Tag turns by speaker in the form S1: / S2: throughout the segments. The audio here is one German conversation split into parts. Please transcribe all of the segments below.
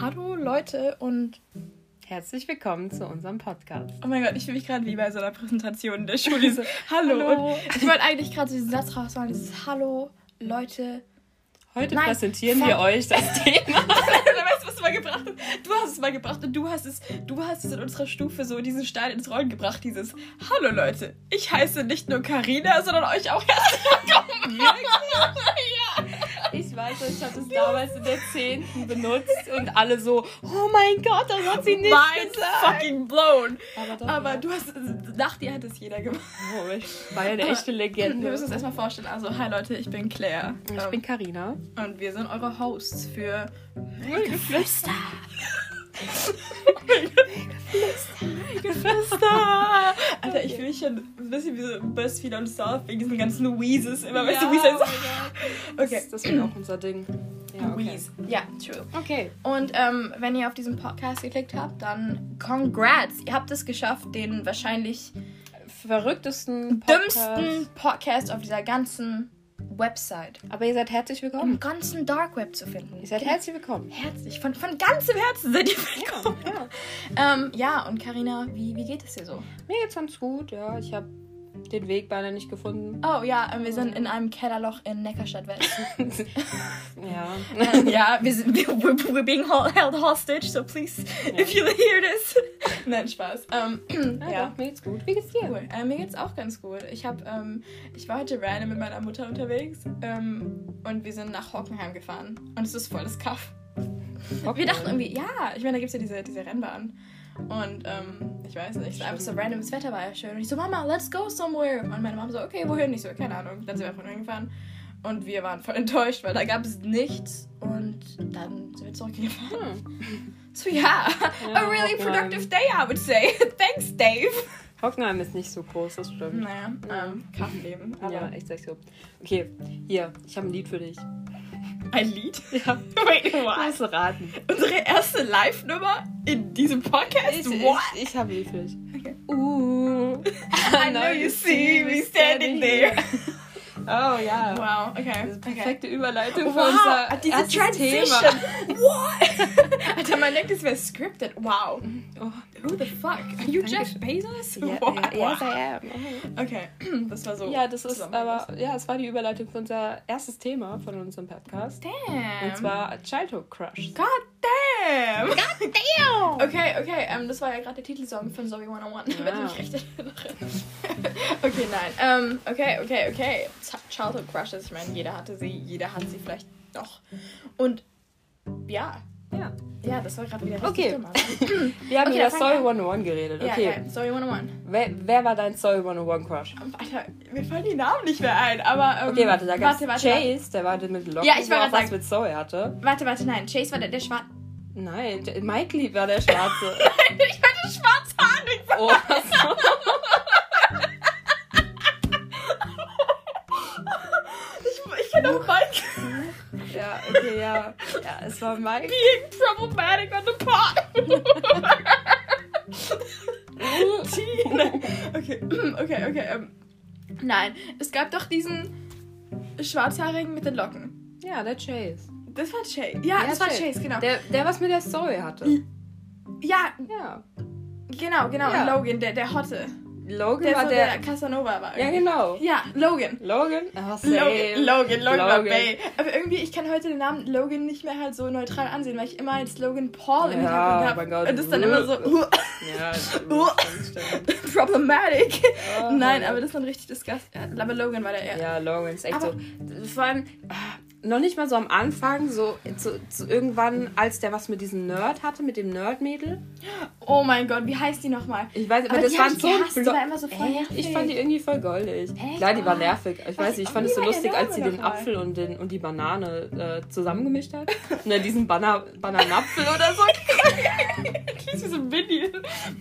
S1: Hallo Leute und
S2: Herzlich willkommen zu unserem Podcast.
S1: oh mein Gott, ich fühle mich gerade wie bei so einer Präsentation in der Schule. So, Hallo.
S2: Hallo.
S1: Und ich wollte eigentlich gerade so diesen Satz raushauen, dieses Hallo Leute.
S2: Heute
S1: Nein,
S2: präsentieren
S1: fuck.
S2: wir euch das Thema.
S1: Oder weißt du, was du mal gebracht hast? Du hast es mal gebracht und du hast es, du hast es in unserer Stufe so diesen Stein ins Rollen gebracht, dieses Hallo Leute. Ich heiße nicht nur Karina, sondern euch auch herzlich willkommen.
S2: Ich weiß, ich habe das damals in der 10. benutzt und alle so, oh mein Gott, das hat sie nicht
S1: Mind
S2: gesagt.
S1: fucking blown.
S2: Aber, doch,
S1: Aber
S2: ja.
S1: du hast, nach dir hat es jeder gemacht.
S2: Oh, ich war ja eine
S1: Aber-
S2: echte
S1: Wir müssen
S2: Legende.
S1: uns erstmal vorstellen. Also, hi Leute, ich bin Claire.
S2: Ich bin Karina.
S1: Und wir sind eure Hosts für
S2: Geflüster.
S1: Geflüster. Alter, ich fühle mich schon ein bisschen wie so BuzzFeed und South wegen diesen ganzen Wheezes. Immer weißt du, Wheezes.
S2: Okay.
S1: Okay.
S2: Das wird auch unser Ding. Ja, okay.
S1: Wheeze. Ja, true.
S2: okay.
S1: Und ähm, wenn ihr auf diesen Podcast geklickt habt, dann congrats. Ihr habt es geschafft, den wahrscheinlich
S2: Verrücktesten Podcast.
S1: dümmsten Podcast auf dieser ganzen Website,
S2: Aber ihr seid herzlich willkommen.
S1: im ganzen Dark Web zu finden.
S2: Ihr seid herzlich willkommen.
S1: herzlich, von, von ganzem Herzen seid ihr willkommen.
S2: Ja.
S1: Ähm, ja, und Karina, wie, wie geht es dir so?
S2: Mir geht's ganz gut, ja. Ich habe den Weg beinahe nicht gefunden.
S1: Oh ja, ähm, wir sind in einem Kellerloch in Neckarstadt-West.
S2: Ja.
S1: Ähm, ja, wir sind wir, we're, we're being ho- held hostage, so please, if you hear this. Nein, Spaß. Ähm,
S2: Na
S1: ja.
S2: doch, mir geht's gut. Wie geht's dir?
S1: Cool. Äh, mir geht's auch ganz gut. Ich hab, ähm, ich war heute random mit meiner Mutter unterwegs ähm, und wir sind nach Hockenheim gefahren. Und es ist voll das Kaff. Wir dachten irgendwie, ja, ich meine, da gibt's ja diese, diese Rennbahn. Und ähm, ich weiß nicht, es war einfach so random, das Wetter war ja schön. Und ich so, Mama, let's go somewhere. Und meine Mama so, okay, wohin? Ich so, keine Ahnung. Dann sind wir einfach nur hingefahren. Und wir waren voll enttäuscht, weil da gab es nichts. Und dann sind wir zurückgefahren.
S2: Hm.
S1: So, ja,
S2: Ja,
S1: a really
S2: Hockenheim.
S1: productive day, I would say. Thanks, Dave.
S2: Hockenheim ist nicht so groß, das stimmt.
S1: Naja, ähm, Kaffeeleben. Aber
S2: Ja, ich sag's so. Okay, hier, ich habe ein Lied für dich.
S1: ein Lied?
S2: Ja.
S1: Wait,
S2: Was raten?
S1: Unsere erste Live-Nummer in diesem Podcast?
S2: Ich, ich,
S1: What?
S2: ich habe ein Lied für dich.
S1: Okay.
S2: Uh,
S1: I know you see me standing there.
S2: Oh ja.
S1: Wow, okay.
S2: Das ist
S1: okay.
S2: perfekte Überleitung für unser
S1: Wow, diese
S2: erstes
S1: Transition.
S2: Thema.
S1: What? Alter, man denkt, es wäre scripted. Wow.
S2: Oh,
S1: Who the fuck? Are you Jeff
S2: Dankeschön.
S1: Bezos?
S2: ja,
S1: What?
S2: ja, yes,
S1: Wow.
S2: I am. Oh.
S1: Okay, das war so.
S2: Ja, das ist
S1: zusammengefasst.
S2: aber, ja, es war die Überleitung für unser erstes Thema von unserem Podcast.
S1: Damn.
S2: Und zwar Childhood Crush.
S1: God damn.
S2: God damn!
S1: Okay, okay, ähm, das war ja gerade der Titelsong von Zoe 101, wenn ich mich recht erinnere. okay, nein. Ähm, okay, okay, okay. Z- Childhood Crushes, ich meine, jeder hatte sie, jeder hat sie vielleicht noch. Und ja,
S2: Ja.
S1: ja, das war gerade wieder richtig
S2: Okay.
S1: dumm, aber-
S2: Wir haben
S1: Okay,
S2: über
S1: dann fang
S2: Soul 101 geredet.
S1: Ja,
S2: Okay.
S1: okay. Zoe 101.
S2: Wer, wer war dein Soul 101 Crush?
S1: Alter, mir fallen die Namen nicht mehr ein, aber. Ähm,
S2: Okay, warte, da gab's
S1: warte, warte, warte,
S2: Chase, der war der mit Locken,
S1: Ja, ich wollte
S2: der auch
S1: grad
S2: was
S1: sagen.
S2: mit Soul hatte.
S1: warte, warte, nein. Chase war der, der schwarze.
S2: Nein, J- Mikey war der Schwarze.
S1: ich hatte schwarzhaarig.
S2: oh, achso.
S1: Ich, ich kenne auch Mike.
S2: Ja, okay, ja. Ja, es war Mike.
S1: Being problematic on the pod. Okay, okay, okay. Ähm, nein, es gab doch diesen schwarzhaarigen mit den Locken.
S2: Ja, der Chase.
S1: Das war Chase. Ja,
S2: Ja,
S1: das war
S2: Chase.
S1: Chase, genau.
S2: Der, der was mit der Soul hatte.
S1: ja,
S2: Ja.
S1: genau, genau.
S2: Ja.
S1: Logan, der, der Hotte.
S2: Logan
S1: Der,
S2: war
S1: so
S2: der.
S1: der Casanova war.
S2: ja,
S1: irgendwie.
S2: genau.
S1: Ja, Logan.
S2: Logan? Oh,
S1: Logan, Logan, Logan, war
S2: Logan.
S1: Bay. Aber irgendwie, ich kann heute den Namen Logan nicht mehr halt so neutral ansehen, weil ich immer jetzt Logan Paul im
S2: Ja,
S1: Hintergrund
S2: oh
S1: habe.
S2: mein Gott.
S1: Und das ist dann immer so, uh,
S2: Ja, das
S1: Oh.
S2: stimmt.
S1: problematic.
S2: Oh.
S1: Nein, aber das ist dann richtig disgusting. Aber Logan war der erste.
S2: Ja, Logan ist echt
S1: Aber-
S2: so. Vor allem ah, noch nicht mal so am Anfang, so zu, zu irgendwann, als der was mit diesem Nerd hatte, mit dem Nerd-Mädel.
S1: Oh mein Gott, wie heißt die nochmal?
S2: Ich weiß, aber,
S1: Aber
S2: das
S1: die
S2: waren
S1: hab ich
S2: so
S1: gehasst, die
S2: Blo-
S1: war immer so voll
S2: Echt?
S1: nervig.
S2: Ich fand die irgendwie voll goldig.
S1: Echt?
S2: Klar, die war
S1: Oh.
S2: nervig.
S1: Was-
S2: Ich weiß nicht, ich
S1: oh,
S2: fand
S1: wie
S2: es so
S1: war ihr
S2: lustig, als sie
S1: Name
S2: den
S1: nochmal?
S2: Apfel und, den, und die Banane äh, zusammengemischt hat. Und dann diesen Bana Bananapfel oder so.
S1: Klingt wie so ein Mini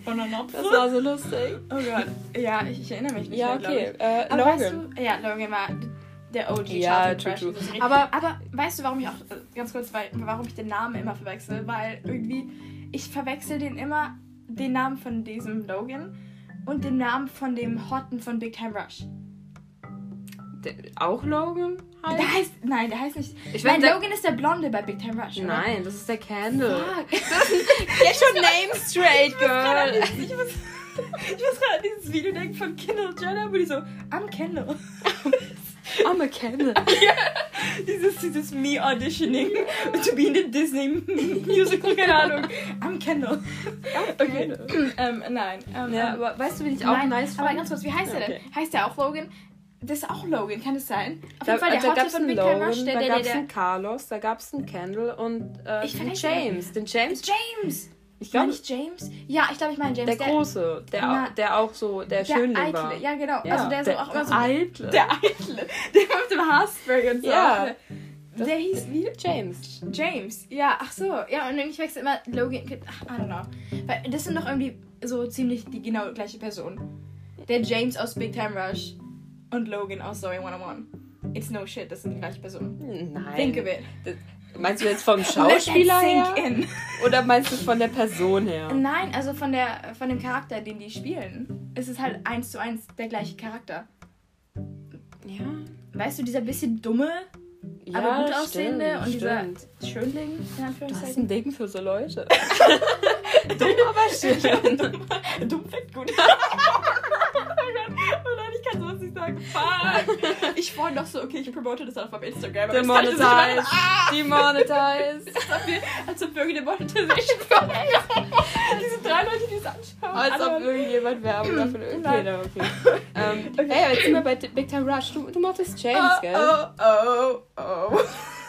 S1: von einer
S2: Das war so lustig.
S1: Oh Gott. Ja, ich, ich erinnere mich nicht
S2: Ja,
S1: mehr, glaub ich.
S2: okay. Äh,
S1: Aber
S2: Logan.
S1: Weißt du, ja, Logan war der OG
S2: Ja,
S1: Childhood
S2: true,
S1: Crush.
S2: true.
S1: Das ist richtig.
S2: Aber-
S1: Aber, aber weißt du, warum ich auch, äh, ganz kurz, weil, warum ich den Namen immer verwechsel? Weil irgendwie, ich verwechsel den immer, den Namen von diesem Logan und den Namen von dem Hotten von Big Time Rush.
S2: Der, auch Logan halt?
S1: Der heißt, nein, der heißt nicht.
S2: Ich
S1: nein,
S2: weiß, der-
S1: Logan ist der Blonde bei Big Time Rush. oder?
S2: Nein, das ist der Candle.
S1: Fuck.
S2: Get your name straight, girl.
S1: Ich muss, ich muss gerade an dieses Video denken von Kendall Jenner, wo die so, I'm Kendall.
S2: I'm a Candle.
S1: dieses, dieses Me auditioning to be in the Disney Musical, keine Ahnung. I'm Kendall. Okay. ähm, nein. Ähm,
S2: Ja,
S1: ähm,
S2: aber weißt du, wen ich auch
S1: nein,
S2: nice
S1: aber
S2: fand?
S1: ganz kurz, wie heißt
S2: Ja,
S1: der denn?
S2: okay.
S1: Heißt der auch Logan? Das ist auch Logan, kann es sein? Auf
S2: Da,
S1: jeden Fall, der
S2: da
S1: Hotte
S2: gab's
S1: von
S2: einen
S1: Big
S2: Logan,
S1: Time Rush, der,
S2: da
S1: der,
S2: gab's
S1: der,
S2: einen Carlos, da gab's einen Candle und äh,
S1: Ich
S2: den
S1: verwechsel-
S2: James. Den James,
S1: James.
S2: ich
S1: Meine
S2: glaube,
S1: ich James? Ja, ich glaube, ich meine James.
S2: der Große, der,
S1: Na.
S2: au- der auch so, der,
S1: der
S2: Schönling
S1: Eitle.
S2: war.
S1: Ja, genau.
S2: Ja,
S1: also der, so auch immer so.
S2: Eitle.
S1: Der Eitle. Der mit dem Haarspray und so.
S2: Ja.
S1: Der hieß wie?
S2: James.
S1: James, ja, ach so, ja, und ich wechsle immer Logan, ach, I don't know. Weil das sind doch irgendwie so ziemlich die genau gleiche Person. Der James aus Big Time Rush und Logan aus Zoe 101. It's no shit, das sind die gleiche Person.
S2: Nein.
S1: Think of it.
S2: Das- Meinst du jetzt vom
S1: Let that
S2: Schauspieler her?
S1: sink in.
S2: Oder meinst du von der Person her?
S1: Nein, also von, der, von dem Charakter, den die spielen, ist es halt eins zu eins der gleiche Charakter.
S2: Ja.
S1: Weißt du, dieser bisschen dumme,
S2: ja
S1: aber gut
S2: stimmt,
S1: aussehende und
S2: stimmt.
S1: dieser Schönling, in
S2: Du hast
S1: Anführungszeichen.
S2: ein Ding für so Leute.
S1: Dumm, aber schön. dumm, dumm fängt gut. an. oh Gott, oh nein, ich kann sowas nicht sagen. Fuck. Ich freue noch so, okay, ich promote das einfach auf Instagram. aber das dachte ich
S2: Demonetized.
S1: so, Ah,
S2: Demonetized.
S1: das hat mir- als ob wir irgendeine Monetization kommen. Diese drei Leute, die es anschauen.
S2: Als ob
S1: Alle-
S2: irgendjemand Werbung dafür
S1: Also- Nein.
S2: okay, da, okay. ähm, Ey, aber jetzt sind wir bei Big Time Rush. Du, du mochtest James,
S1: oh,
S2: gell?
S1: oh, oh, oh.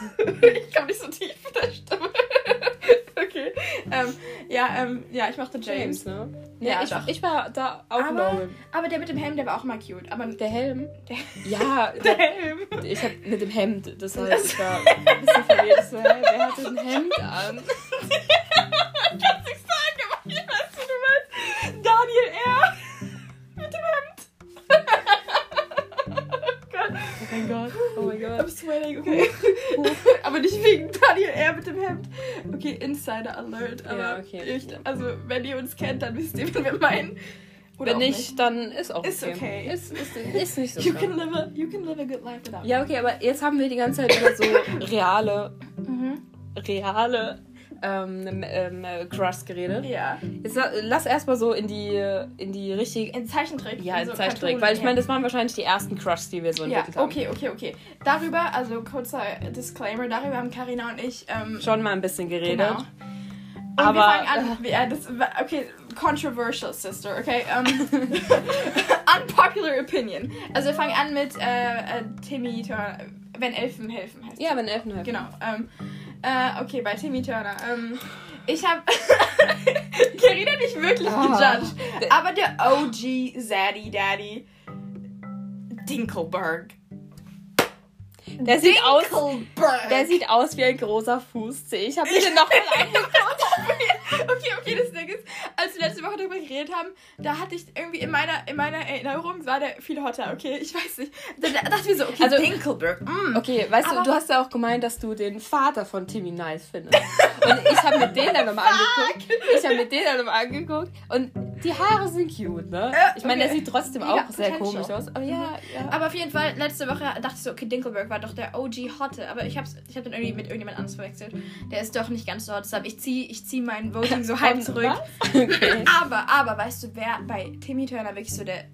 S1: ich komme nicht so tief mit der Stimme. okay. Ähm, ja, ähm, ja, ich mochte James.
S2: James, ne?
S1: Ja,
S2: ich,
S1: doch.
S2: ich war da auch
S1: Aber-
S2: Logan.
S1: Aber der mit dem Helm, der war auch mal cute. Aber
S2: Der Helm?
S1: Der-
S2: ja,
S1: der Helm.
S2: ich hab mit dem Hemd, das heißt, ich war ein bisschen verwirrt. So, hä, wer hatte ein Hemd an?
S1: Ich kann's nicht sagen, aber ich weiß, wie du meinst. Daniel R. Mit dem Hemd. Oh Gott.
S2: Oh mein Gott, oh
S1: I'm
S2: mein Gott.
S1: sweating, okay. aber nicht wegen Daniel R. mit dem Hemd. Okay, Insider Alert. Aber
S2: Ja, okay.
S1: ich, also, wenn ihr uns kennt, dann wisst ihr, wen wir meinen. Oder
S2: Wenn
S1: auch
S2: nicht, dann ist auch
S1: Ist okay.
S2: Ist, ist, ist nicht so
S1: You
S2: schlimm.
S1: can, live a, you can live a good life without
S2: Ja, okay, aber jetzt haben wir die ganze Zeit über so reale,
S1: me. Mhm.
S2: reale ähm, ähm, äh, Crushs geredet.
S1: Ja.
S2: Jetzt la- lass erstmal so in die, in die richtige.
S1: In Zeichentrick.
S2: Ja,
S1: in
S2: in
S1: so
S2: Zeichentrick.
S1: Cartoon-
S2: Weil ich
S1: ja.
S2: meine, das waren wahrscheinlich die ersten Crushs, die wir so
S1: Ja,
S2: entwickelt haben.
S1: okay, okay, okay. Darüber, also kurzer Disclaimer, darüber haben Karina und ich ähm,
S2: Schon mal ein bisschen geredet.
S1: Genau. Und
S2: Aber-
S1: wir fangen an. Ja, das, war- okay, controversial, Sister, okay? Ähm, unpopular opinion. Also wir fangen an mit äh, äh, Timmy Turner. Wenn Elfen helfen heißt.
S2: Ja, wenn Elfen helfen.
S1: Genau. Ähm, äh, okay, bei Timmy Turner. Ähm, ich habe Carina nicht wirklich
S2: Ah.
S1: gejudged, aber der OG Zaddy Daddy Dinkelberg.
S2: Der sieht Genau. aus.
S1: Dinkelberg.
S2: Der sieht aus wie ein großer Fußzeh. Ich habe mich den nochmal angeguckt.
S1: okay, okay, das Ding ist, als wir letzte Woche darüber geredet haben, da hatte ich irgendwie in meiner, in meiner Erinnerung war der viel hotter, okay? Ich weiß nicht. Da, da dachten wir so, okay,
S2: Also-
S1: Dinkelberg. mm.
S2: Okay, weißt du,
S1: Aber-
S2: du hast ja auch gemeint, dass du den Vater von Timmy nice findest. Und ich habe mir den dann nochmal angeguckt. Ich habe mir den dann nochmal angeguckt. Und die Haare sind cute, ne?
S1: Ja,
S2: Ich meine, der
S1: Äh, okay.
S2: sieht trotzdem
S1: Mega
S2: auch sehr
S1: potential.
S2: komisch aus. Aber ja, ja.
S1: Aber auf jeden Fall, letzte Woche dachte ich so, okay, Dinkelberg war doch der OG Hotte, aber ich hab's, ich hab den irgendwie mit irgendjemand anders verwechselt. Der ist doch nicht ganz so hot, deshalb ich zieh, ich zieh mein Voting so halb
S2: Und
S1: zurück.
S2: was? Okay.
S1: Aber, aber, weißt du, wer bei Timmy Turner wirklich so der.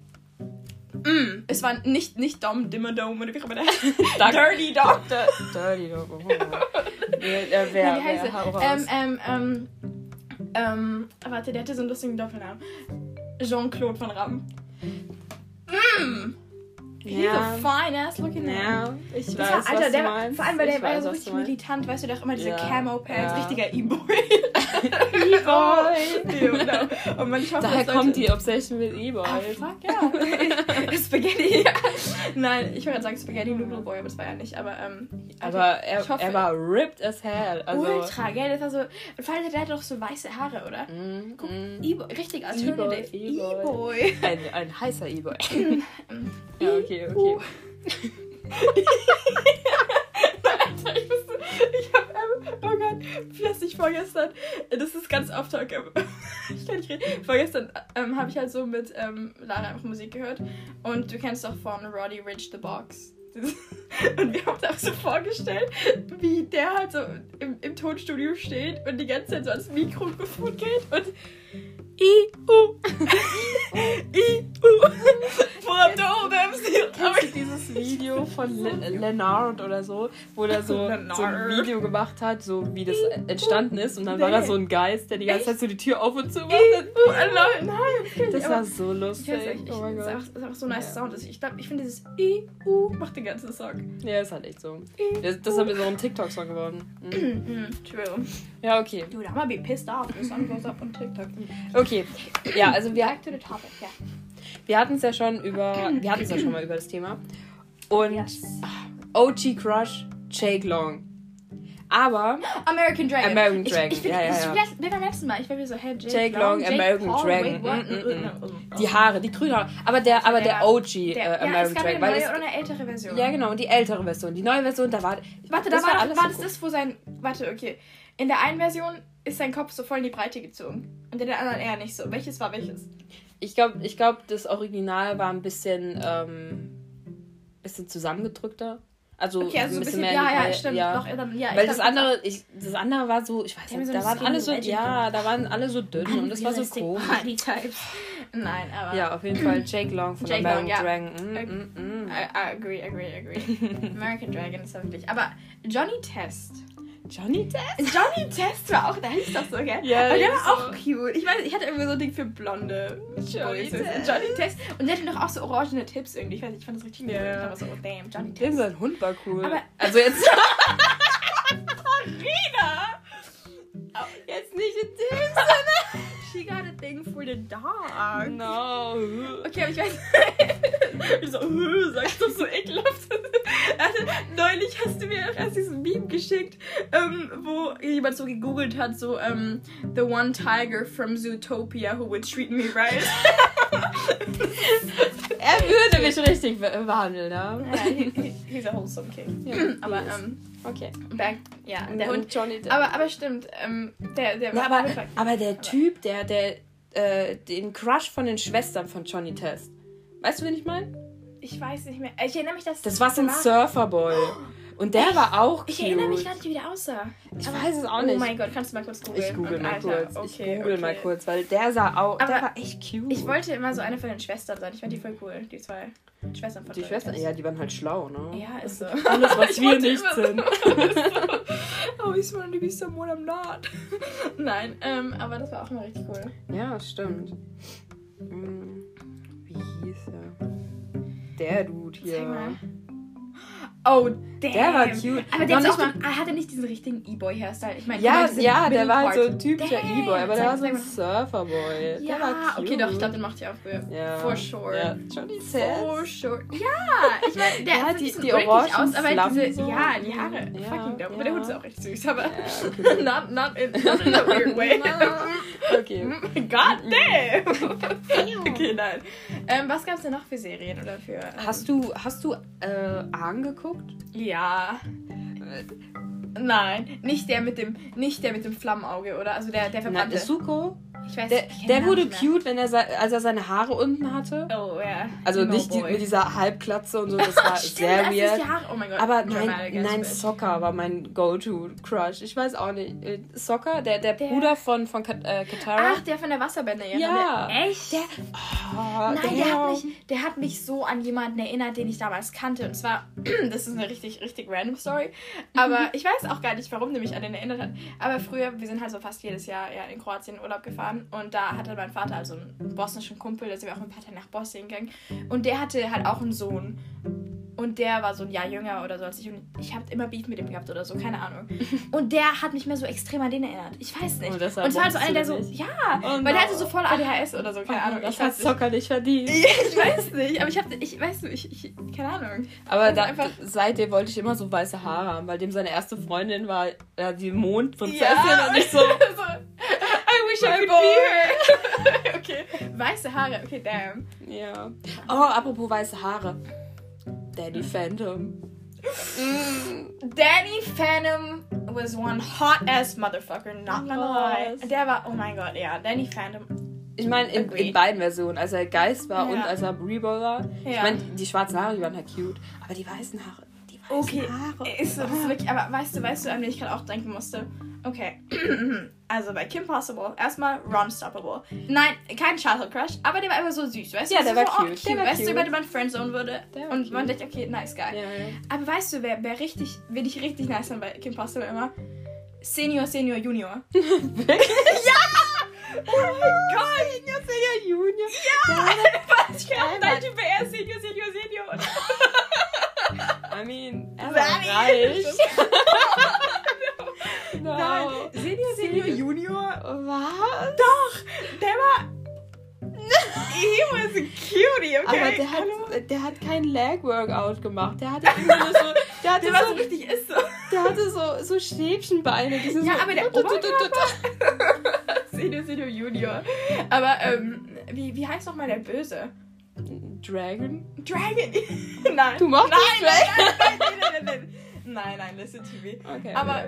S1: Mm, es war nicht, nicht Dom Dimmerdome oder wie auch immer der
S2: Danke.
S1: Dirty Dom.
S2: Dirty Dog. Oh. Wer, äh,
S1: Nee,
S2: wer,
S1: wie heißt
S2: wer, hau raus.
S1: er? Ähm, ähm, ähm, ähm, warte, der hatte so einen lustigen Doppelnamen. Jean-Claude von Ramm. He's a
S2: ja.
S1: fine ass looking man.
S2: ja, ich weiß,
S1: Das war,
S2: was
S1: Alter,
S2: du
S1: der war,
S2: meinst.
S1: vor allem, weil
S2: Ich
S1: der war ja
S2: weiß,
S1: so
S2: was
S1: richtig
S2: du meinst.
S1: militant, weißt du, der auch immer diese
S2: Ja.
S1: Camo-Pants,
S2: Ja.
S1: richtiger E-Boy.
S2: E-Boy.
S1: Ja, genau. Und man, ich hoffe,
S2: Daher
S1: dass
S2: kommt
S1: Leute-
S2: die Obsession mit E-Boy.
S1: Ah, fuck, ja. Spaghetti, ja. Nein, ich wollte gerade sagen Spaghetti Noodle Boy, aber das war ja nicht, aber, ähm.
S2: Aber
S1: Alter,
S2: er,
S1: ich hoffe-
S2: er war ripped as hell. Also,
S1: Ultra, gell? Das war so. Und vor allem, der hat doch so weiße Haare, oder?
S2: Mm,
S1: Guck,
S2: mm.
S1: E-Boy, richtig Alternative.
S2: E-Boy,
S1: E-Boy.
S2: Ein, ein heißer E-Boy. ja, okay,
S1: Uh.
S2: okay.
S1: Alter, ich wusste, ich hab, ähm, oh Gott, vielleicht nicht vorgestern, das ist ganz off talk, ähm, ich kann nicht reden. Vorgestern ähm, habe ich halt so mit ähm, Lara einfach Musik gehört und du kennst doch von Roddy Rich The Box. dieses- Und wir haben uns so vorgestellt, wie der halt so im, im Tonstudio steht und die ganze Zeit so ans Mikrofon geht und I-U. I-U.
S2: Kennst du dieses Video von Le Lennard oder so, wo der so, so ein
S1: Lennard.
S2: Video gemacht hat, so wie das entstanden ist und dann war da so ein Geist, der die ganze
S1: Echt?
S2: Zeit so die Tür auf und zu macht.
S1: Nein,
S2: Das war so
S1: Ich
S2: lustig.
S1: weiß nicht, ich,
S2: oh mein
S1: ist, auch,
S2: Gott.
S1: ist auch so ein nice
S2: Ja.
S1: Sound. Also Ich glaube, ich finde dieses I-U macht den ganzen Song.
S2: Ja, ist halt echt so.
S1: I-U.
S2: Das, das haben wir so einen TikTok-Song geworden. Mhm.
S1: Mhm, True.
S2: Ja, okay.
S1: Dude, I'm gonna be pissed off. This song goes up on TikTok.
S2: Okay. Ja, also wir,
S3: Back to the topic, ja.
S2: wir hatten es ja schon über. Wir hatten es ja schon mal über das Thema. Und
S3: Yes.
S2: OG Crush, Jake Long. Aber
S1: American Dragon.
S2: American Dragon,
S1: Ich, ich, find-
S2: ja, ja,
S1: ich,
S2: ja.
S1: letztes- wir waren letztes Mal, ich war wieder so, hey, Jake,
S2: Jake Long, American Dragon. Mm, die Haare, die grüne Haare. Aber der, aber der
S1: Der- Der,
S2: OG äh,
S1: ja, es
S2: American
S1: gab
S2: Dragon.
S1: eine
S2: Weil
S1: neue
S2: das,
S1: oder eine ältere Version.
S2: ja, genau. Und die ältere Version. Die neue Version, da war.
S1: Warte, da war, war, war
S2: so
S1: das
S2: gut.
S1: das, wo sein... Warte, okay. In der einen Version ist sein Kopf so voll in die Breite gezogen. Und in der anderen eher nicht so. Welches war welches?
S2: Ich glaube, ich glaub, das Original war ein bisschen, ähm, bisschen zusammengedrückter. Also,
S1: Okay, also so ein bisschen...
S2: mehr. in die
S1: ja, ja,
S2: Brei-
S1: stimmt. Doch, dann, ja, ich
S2: Weil das
S1: glaub,
S2: andere, ich, das andere war so, ich weiß
S1: haben
S2: nicht,
S1: so
S2: da
S1: ein
S2: waren alle so,
S1: skinny
S2: ja, da waren alle so dünn und das war so
S1: Unrealistic
S2: komisch.
S1: Body types. Nein, aber...
S2: Ja, auf jeden Fall Jake Long von
S1: Jake
S2: American
S1: Long, ja.
S2: Dragon.
S1: Äh,
S2: Mm, mm, mm.
S1: I, I agree, agree, agree. American Dragon ist ja wirklich... Aber Johnny Test...
S2: Johnny Depp?
S1: Johnny Test war auch, da hieß doch so, gell?
S2: Ja,
S1: und der
S2: das
S1: war auch cute. Ich weiß, ich hatte irgendwie so ein Ding für blonde Johnny
S2: Johnny
S1: Test.
S2: Test.
S1: Johnny Test. Und der hatte noch auch so orangene Tipps irgendwie. Ich weiß nicht, ich fand das richtig
S2: Ja.
S1: cool. Ich war so, oh damn, Johnny
S2: Dem
S1: Test.
S2: sein Hund war cool.
S1: Aber-
S2: also jetzt,
S1: Rina! Oh, jetzt nicht in dem Sinne. She got a thing for the dog.
S2: no.
S1: Okay, aber ich weiß. ich so, "Äh, sagst du so ekelhaft? also, neulich hast du mir auch erst diesen Meme geschickt, ähm, wo jemand so gegoogelt hat, so, ähm, The one tiger from Zootopia who would treat me right.
S2: Er würde mich richtig be- behandeln, ne?
S1: Ja, he, he, he's a wholesome king.
S2: Ja.
S1: Aber, ähm,
S2: Okay.
S1: back, ja, der Hund.
S2: Und Johnny Depp.
S1: Aber, aber stimmt, ähm, der, der
S2: Ja,
S1: war-
S2: aber, aber der Typ, der, der, äh, den Crush von den Schwestern von Johnny Test. Weißt du, wen ich meine?
S1: ich weiß nicht mehr. Ich erinnere mich, dass
S2: Das war so ein
S1: danach-
S2: Surferboy. Und der war auch cute.
S1: Ich erinnere mich gar nicht, wie der aussah.
S2: Ich weiß es auch
S1: Oh
S2: nicht.
S1: mein Gott, kannst du mal kurz googeln?
S2: ich google
S1: Und
S2: mal
S1: Alter,
S2: kurz.
S1: Okay,
S2: ich google
S1: okay.
S2: mal kurz, weil der sah auch.
S1: Aber
S2: der war echt cute.
S1: Ich wollte immer so eine von den Schwestern sein. Ich fand die voll cool, die zwei Schwestern von
S2: Die
S1: Johnny
S2: Schwestern,
S1: Test.
S2: ja, die waren halt schlau, ne?
S1: Ja, ist so.
S2: Alles, was
S1: Ich
S2: wir
S1: wollte
S2: nicht
S1: immer so-
S2: sind.
S1: Oh, ich wanted to be someone I'm not. Nein, ähm, aber das war auch mal richtig cool.
S2: Ja, stimmt.
S1: Mhm.
S2: Hm, Wie hieß er? Der Dude hier.
S1: Zeig mal. Oh, damn.
S2: Der war cute.
S1: Aber
S2: Noch
S1: der hat
S2: nicht
S1: auch den, ah, hatte nicht diesen richtigen E-Boy-Hairstyle. Ich meine,
S2: Ja,
S1: diese
S2: ja, der
S1: Middle
S2: war halt so
S1: Part.
S2: ein typischer
S1: Damn,
S2: E-Boy, aber der
S1: zeig-
S2: war so
S1: zeig
S2: ein
S1: mal.
S2: Surferboy.
S1: Ja,
S2: der war cute.
S1: okay, doch, ich glaube, den machte ich auch früher.
S2: ja.
S1: For sure.
S2: Ja, Johnny
S1: For
S2: Test.
S1: sure. Ja, ich meine, der
S2: Ja,
S1: hat
S2: die-
S1: die,
S2: die
S1: die orangen
S2: orangen
S1: aus, aber
S2: Flammen
S1: diese,
S2: so.
S1: ja, die Haare.
S2: Ja,
S1: Fucking dope. Aber
S2: ja.
S1: der Hund ist auch echt süß, aber
S2: Ja,
S1: not, not, in, not in a weird way.
S2: Okay.
S1: Mhm. God
S2: Mhm.
S1: damn! okay, nein. Ähm, was gab's denn noch für Serien oder für. Ähm,
S2: Hast du, hast du äh, Ahn geguckt?
S1: Ja. Nein, nicht der mit dem, nicht der mit dem Flammenauge, oder? Also der, der
S2: Nein,
S1: verbrannte.
S2: Suko?
S1: ich weiß
S2: Der,
S1: Also ich kenn
S2: der
S1: den
S2: wurde
S1: Namen nicht mehr.
S2: cute, wenn er, sei- als er seine Haare unten hatte.
S1: Oh, ja.
S2: Also
S1: No
S2: nicht die,
S1: boy.
S2: mit dieser Halbklatze und so, das war
S1: Stimmt,
S2: sehr
S1: das
S2: weird.
S1: Ist die Haare. Oh mein Gott.
S2: Aber
S1: Dramatic
S2: nein,
S1: as
S2: nein,
S1: bitch.
S2: Soccer war mein Go-To-Crush. Ich weiß auch nicht. Äh, Soccer, der, der,
S1: Der-
S2: Bruder von, von Kat, äh, Katara.
S1: Ach, der von der Wasserbänder.
S2: Ja.
S1: Der, echt?
S2: Der- Ah,
S1: Nein, der
S2: damn.
S1: hat, mich, der hat mich so an jemanden erinnert, den ich damals kannte. Und zwar, das ist eine richtig, richtig random Story.
S2: Mhm.
S1: Aber ich weiß auch gar nicht, warum der mich an den erinnert hat. Aber früher, wir sind halt so fast jedes Jahr ja, in Kroatien in Urlaub gefahren. Und da hatte mein Vater also einen bosnischen Kumpel, da sind wir auch mit Vater nach Bosnien gegangen. Und der hatte halt auch einen Sohn. Und der war so ein Jahr jünger oder so als ich. Und ich habe immer Beef mit ihm gehabt oder so, keine Ahnung. Und der hat mich mehr so extrem an den erinnert. Ich weiß nicht.
S2: Und
S1: Und,
S2: deshalb
S1: es war halt so
S2: mochtest
S1: einer,
S2: du
S1: der so,
S2: den nicht?
S1: ja,
S2: Oh
S1: weil
S2: no.
S1: der hatte so voll ADHS oder so, keine Ahnung.
S2: Das
S1: ich weiß
S2: hat
S1: nicht.
S2: Soccer nicht verdient.
S1: Ja, ich weiß nicht, aber ich hab, ich weiß nicht, ich, ich keine Ahnung. Das
S2: Aber
S1: ist Also
S2: da,
S1: einfach-
S2: seitdem wollte ich immer so weiße Haare haben, weil dem seine erste Freundin war äh, die Mondprinzessin
S1: Ja.
S2: und ich so, I
S1: Also,
S2: wish I
S1: my boy.
S2: could be
S1: okay, weiße Haare, okay, damn.
S2: her. Ja. Oh, apropos weiße Haare. Daddy
S1: Hm.
S2: Phantom.
S1: Danny Phantom was one hot ass motherfucker, not gonna lie.
S2: Was?
S1: Der war, oh mein Gott, ja, Danny Phantom.
S2: Ich meine, in, in
S1: Agreed.
S2: beiden Versionen, als er Geist war
S1: Ja.
S2: und als er Brie Ball war. Ich
S1: Ja.
S2: meine, die schwarzen Haare, die waren halt cute. Aber die weißen Haare, die weißen
S1: Okay.
S2: Haare.
S1: Ist, so, das ist wirklich, aber weißt du, weißt du, an wen ich gerade auch denken musste? Okay. Also bei Kim Possible, erstmal Ron Stoppable. Nein, kein Childhood Crush, aber der war immer so süß, weißt du?
S2: Ja,
S1: Das
S2: der
S1: ist
S2: war
S1: so,
S2: cute.
S1: Oh,
S2: Der
S1: cute.
S2: war
S1: Weißt du,
S2: cute.
S1: über den man Friendzone würde?
S2: Der war
S1: Und man
S2: cute.
S1: denkt, okay, nice guy.
S2: Ja, ja.
S1: Aber weißt du, wer, wer richtig, wen ich richtig nice fand bei Kim Possible immer? Senior, Senior, Junior.
S2: ja! Oh mein Gott! Senior, Senior, Junior. Ja!
S1: Was? Ich
S2: Geil,
S1: dachte, ich wäre eher Senior, Senior, Senior. Und
S2: I mean, er
S1: Sani.
S2: war reich. no.
S1: Nein, Senior, Senior,
S2: Senior.
S1: Junior.
S2: Was?
S1: Doch, der war... He was a cutie, okay?
S2: Aber der
S1: Hallo?
S2: hat, äh, der hat kein Leg-Workout gemacht. Der hatte irgendwie nur so... Der hatte
S1: Der war so
S2: so,
S1: richtig ist so.
S2: der hatte so, so Stäbchenbeine. die sind
S1: Ja,
S2: so,
S1: aber der Senior, Senior, Junior. Aber, ähm, wie, wie heißt nochmal der Böse?
S2: Dragon?
S1: Dragon. nein.
S2: Du machst
S1: nein,
S2: das
S1: nein, nein, nein, nein, nein, nein, nein. Nein, nein, listen to me.
S2: Okay.
S1: Aber-